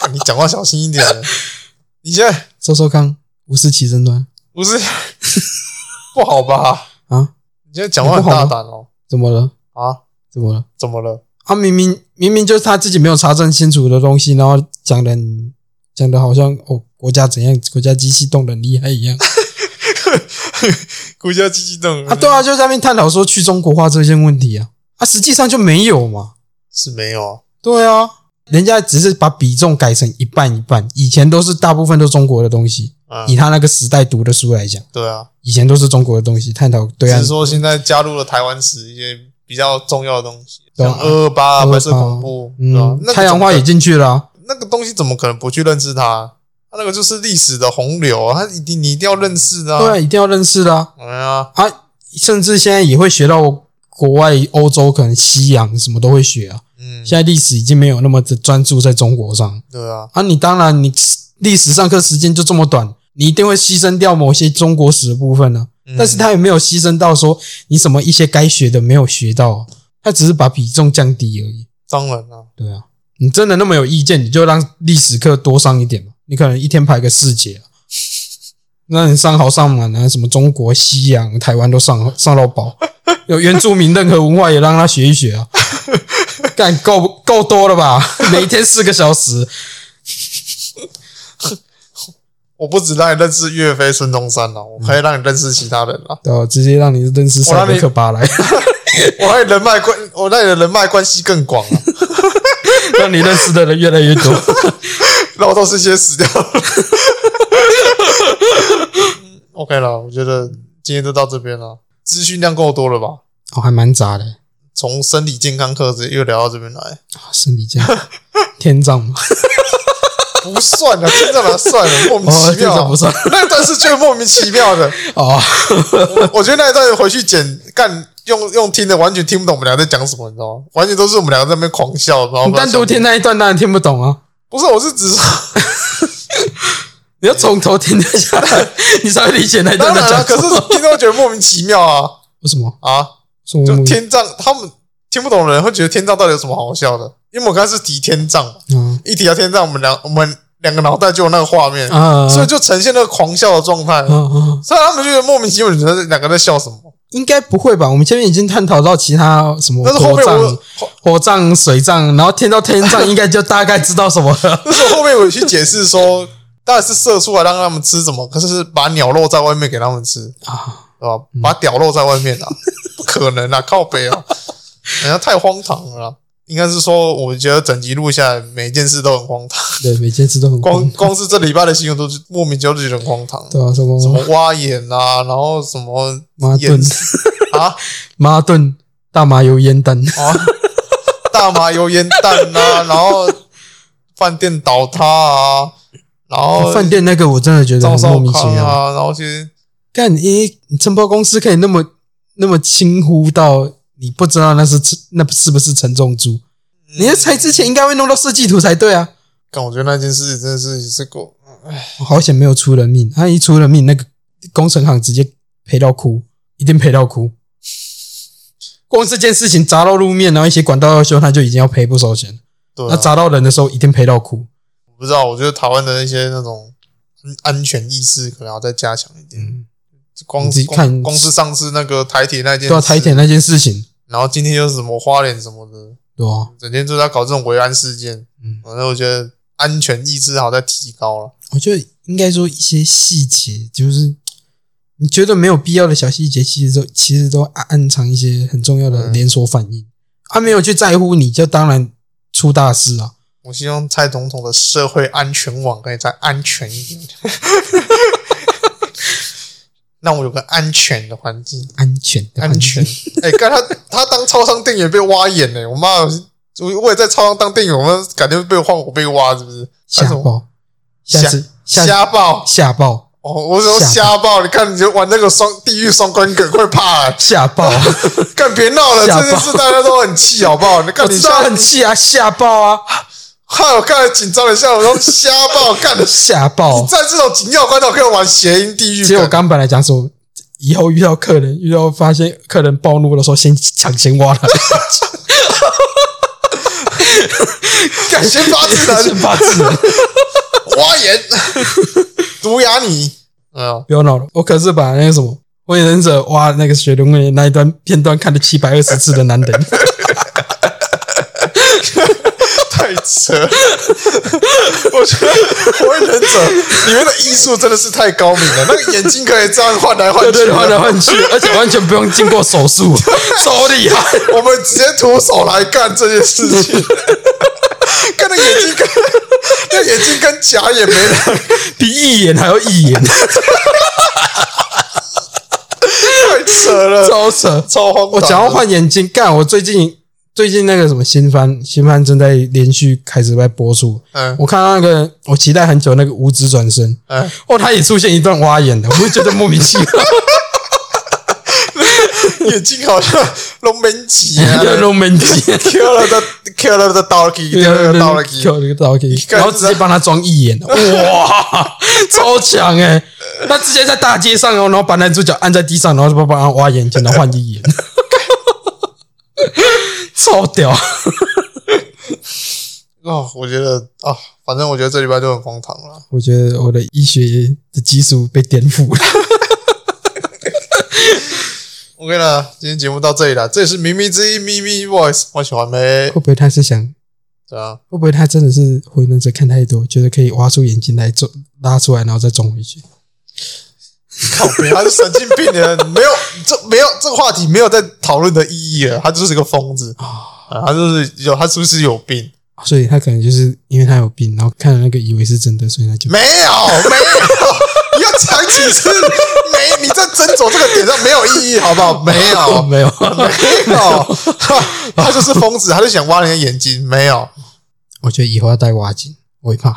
S3: 干你讲话小心一点。啊你现在
S4: 赵少康无视其争端
S3: 不是 不好吧？
S4: 啊？
S3: 你现在讲话很大胆哦。
S4: 怎么了？
S3: 啊，
S4: 怎么了？
S3: 怎么了？
S4: 他啊明明明明就是他自己没有查证清楚的东西，然后讲的讲的好像哦国家怎样，国家机器动的厉害一样
S3: 国家机器动
S4: 啊！对啊，就在那边探讨说去中国化这些问题啊啊，实际上就没有嘛。
S3: 是没有啊。
S4: 对啊，人家只是把比重改成一半一半，以前都是大部分都中国的东西。以
S3: 嗯，
S4: 他那个时代读的书来讲，
S3: 对啊，
S4: 以前都是中国的东西，探讨
S3: 只
S4: 对啊岸
S3: 是说现在加入了台湾史一些比较重要的东西，
S4: 对
S3: 像
S4: 啊
S3: 二二八
S4: 228
S3: 白色恐怖，对吧
S4: 嗯？
S3: 那，个
S4: 太阳花也进去了啊、
S3: 那个东西怎么可能不去认识它？它那个就是历史的洪流啊，它一定你一定要认识的、啊。
S4: 对啊，一定要认识的啊
S3: 哎呀，
S4: 啊！甚至现在也会学到国外欧洲可能西洋什么都会学啊。
S3: 嗯，
S4: 现在历史已经没有那么的专注在中国上
S3: 对啊，
S4: 啊。你当然你历史上课时间就这么短，你一定会牺牲掉某些中国史的部分呢、
S3: 嗯
S4: 但是他也没有牺牲到说你什么一些该学的没有学到啊、他只是把比重降低而已。
S3: 当然啊，
S4: 对啊，你真的那么有意见，你就让历史课多上一点嘛。你可能一天排个四节、啊， 那你上好上满啊，什么中国、西洋、台湾都上上到饱， 有原住民任何文化也让他学一学啊。 干够够多了吧？ 每天四个小时，
S3: 我不止让你认识岳飞、孙中山啊了、我可
S4: 嗯
S3: 以让你认识其他人啊了、
S4: 对吧、直接让你认识塞德克巴莱，
S3: 我让你人脉关，我让你的人脉关系更广啊，
S4: 让你认识的人越来越多。
S3: 那我都是先死掉了。OK 了，我觉得今天就到这边了，资讯量够多了吧？
S4: 哦，还蛮杂的、
S3: 从身体健康课直接又聊到这边来，
S4: 啊身体健康， 天葬嘛，
S3: 不算了，这怎么算了？莫 名
S4: 哦，
S3: 其
S4: 天
S3: 妙啊、
S4: 葬不算
S3: 那段是最莫名其妙的，
S4: 哦，
S3: 我觉得那一段回去剪干用用听的，完全听不懂我们俩在讲什么，你知道吗？完全都是我们两个在那边狂笑，然后
S4: 你单独听那一段当然听不懂啊。
S3: 不是，我是指说，
S4: 你要从头听得下来， 你才会理解那一
S3: 当
S4: 段
S3: 然
S4: 在
S3: 了，
S4: 讲
S3: 可
S4: 什
S3: 是
S4: 么。
S3: 听到觉得莫名其妙啊
S4: 为什么？
S3: 啊！
S4: 什么
S3: 就
S4: 目的？
S3: 天葬，他们听不懂的人会觉得天葬到底有什么好笑的？因为我刚才是提天葬嘛，
S4: 啊
S3: 一提到天葬，我们两我们两个脑袋就有那个画面，
S4: 啊！
S3: 所以就呈现那个狂笑的状态。
S4: 啊啊！
S3: 所以他们就觉得莫名其妙，你觉得两个在笑什么？
S4: 应该不会吧？我们前面已经探讨到其他什么
S3: 但是后
S4: 火
S3: 面我
S4: 葬、火葬、水葬，然后天到天 葬，应该就大概知道什么了。
S3: 那时候后面我去解释说， 当然是射出来让他们吃什么，可是是把鸟肉在外面给他们吃，
S4: 啊，
S3: 对吧？把屌肉在外面啊，不可能啊，靠北啊， 人家太荒唐了啦。应该是说，我觉得整集录下来，每件事都很荒唐。
S4: 对，每件事都很
S3: 光光是这礼拜的新闻都是莫名其妙就觉得很荒唐，
S4: 对啊，什
S3: 什
S4: 么
S3: 么挖眼啊，然后什么
S4: 麻
S3: 眼
S4: 顿、
S3: 啊
S4: 麻顿、大麻油烟弹，
S3: 啊，大麻油烟弹 啊，然后饭店倒塌啊，然后
S4: 哦 饭店那个我真的觉得
S3: 赵
S4: 很
S3: 少
S4: 莫名其
S3: 康
S4: 妙。
S3: 啊，然后其实
S4: 干你你承包公司可以那么那么轻忽到你不知道那是那是不是承重猪？
S3: 嗯
S4: 你在拆之前应该会弄到设计图才对啊！
S3: 但我觉得那件事真的是也是够，
S4: 我好险没有出人命，啊他一出人命，那个工程行直接赔到哭，一定赔到哭。光这件事情砸到路面，然后一些管道要修，他就已经要赔不少钱。
S3: 对、
S4: 那
S3: 啊，
S4: 砸到人的时候，一定赔到哭。
S3: 我不知道，我觉得台湾的那些那种安安全意识可能要再加强一点。
S4: 嗯，
S3: 光
S4: 你自己
S3: 光
S4: 看
S3: 光是上次那个台铁那件事，
S4: 对啊，台铁那件事情，
S3: 然后今天又是什么花莲什么的，
S4: 对啊，
S3: 整天就在搞这种维安事件。
S4: 嗯
S3: 反正我觉得安全意识好在提高了。
S4: 我觉得应该说一些细节，就是你觉得没有必要的小细节，其实都其实都暗暗藏一些很重要的
S3: 嗯
S4: 连锁反应。他、没有去在乎你，就当然出大事啊！
S3: 我希望蔡总统的社会安全网可以再安全一 点，让我有个安全的环境。
S4: 安全的环
S3: 安
S4: 境，
S3: 全。哎、刚他他当超商店员被挖眼呢、我妈，我我也在超商当店员，我们感觉被换我被挖是不是？
S4: 吓爆！下次下
S3: 瞎爆
S4: 吓爆
S3: 哦！我说瞎爆，你看你就玩那个双地狱双关梗，快怕了、
S4: 吓爆！
S3: 干别闹了，
S4: 吓爆
S3: 这件事大家都很气，好不好？你
S4: 我
S3: 看你
S4: 知道
S3: 吓，
S4: 很气啊，吓爆啊，
S3: 害我看了紧张了一下，我说瞎爆， 干的。
S4: 吓爆！
S3: 在这种紧要关头可以玩谐音地狱
S4: 其
S3: 梗，
S4: 实我哦刚本来讲说，以后遇到客人，遇到发现客人暴怒的时候，先抢先挖他，
S3: 敢先发制
S4: 先
S3: 人，
S4: 发制人。
S3: 挖 眼，毒牙你，哎呦，
S4: 不要闹了，我可是把那个什么《火影忍者》哇那个雪龙的那一段片段看了七百二十次的难 得。
S3: 太扯！我觉得《火影忍者》里面的艺术真的是太高明了，那个眼睛可以这样换来换
S4: 对
S3: 去
S4: 对，
S3: 的，
S4: 换来换 去，而且完全不用经过手术，超厉害！
S3: 我们直接徒手来干这件事 情。看那眼睛跟那眼睛跟假眼没两样，
S4: 比一眼还要一 眼，
S3: 太扯了，
S4: 超扯！
S3: 超荒唐！
S4: 我想要，换眼镜，干！我最近最近那个什么新番，新番正在连续开始在播出。
S3: 嗯
S4: 我看到那个我期待很久那个五指转身，
S3: 嗯，
S4: 哦，他也出现一段挖眼的，我就觉得莫名 其妙。
S3: 眼睛好像龙门脊啊
S4: 有龙门镜，
S3: ，kill the kill the doggy，kill the doggy，
S4: 有一个刀可以，然后直接帮他装义眼，哇，超强哎、他直接在大街上哦，然后把男主角按在地上，然后就帮他挖眼睛，然后换义眼，超屌！
S3: 哦，我觉得啊，反正我觉得这礼拜就很荒唐了。
S4: 我觉得我的医学的基础被颠覆了。
S3: OK 了，今天节目到这里了，这里是咪咪之一咪咪 Voice，我喜欢没
S4: 会？不会他是想？
S3: 对啊，
S4: 会不会他真的是回能者看太多，觉得可以挖出眼睛来做拉出来，然后再装回去？
S3: 靠别，他是神经病的，没有这没有这个话题没有在讨论的意义了，他就是个疯子啊，他就是有他是不是有病？
S4: 所以他可能就是因为他有病，然后看了那个以为是真的，所以他就
S3: 没有 没有，你要讲几次？没，你在斟酌这个点上没有意义，好不好？没有
S4: 没有。
S3: 没有，他就是疯子，他就想挖你的眼睛，没有
S4: 我觉得以后要戴挖镜，我会怕。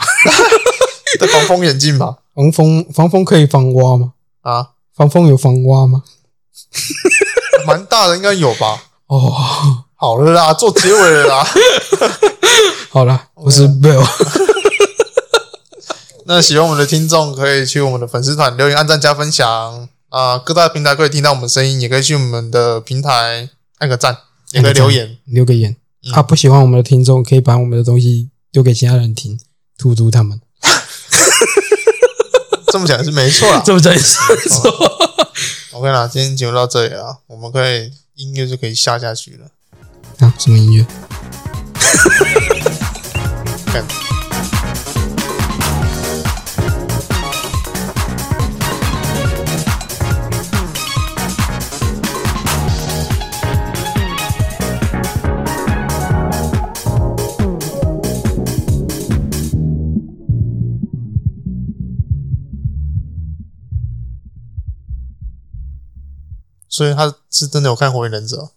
S3: 戴防风眼镜吧？
S4: 防风防风可以防蛙吗？
S3: 啊，
S4: 防风有防蛙吗？
S3: 蛮大的，应该有吧？
S4: 哦，
S3: 好了啦，做结尾了啦。
S4: 好啦，我是 Bill，
S3: 那喜欢我们的听众可以去我们的粉丝团留言、按赞、加分享啊、各大平台可以听到我们声音，也可以去我们的平台按个赞，也可以 留言。
S4: 留个言、
S3: 嗯
S4: 啊！不喜欢我们的听众，可以把我们的东西丢给其他人听，荼毒他们。
S3: 这么讲是没错啦。
S4: 这么讲也是没错。
S3: OK 啦，今天节目到这里了，我们可以音乐就可以下下去了。
S4: 啊，什么音乐？
S3: 干所以他是真的有看《火影忍者》哦。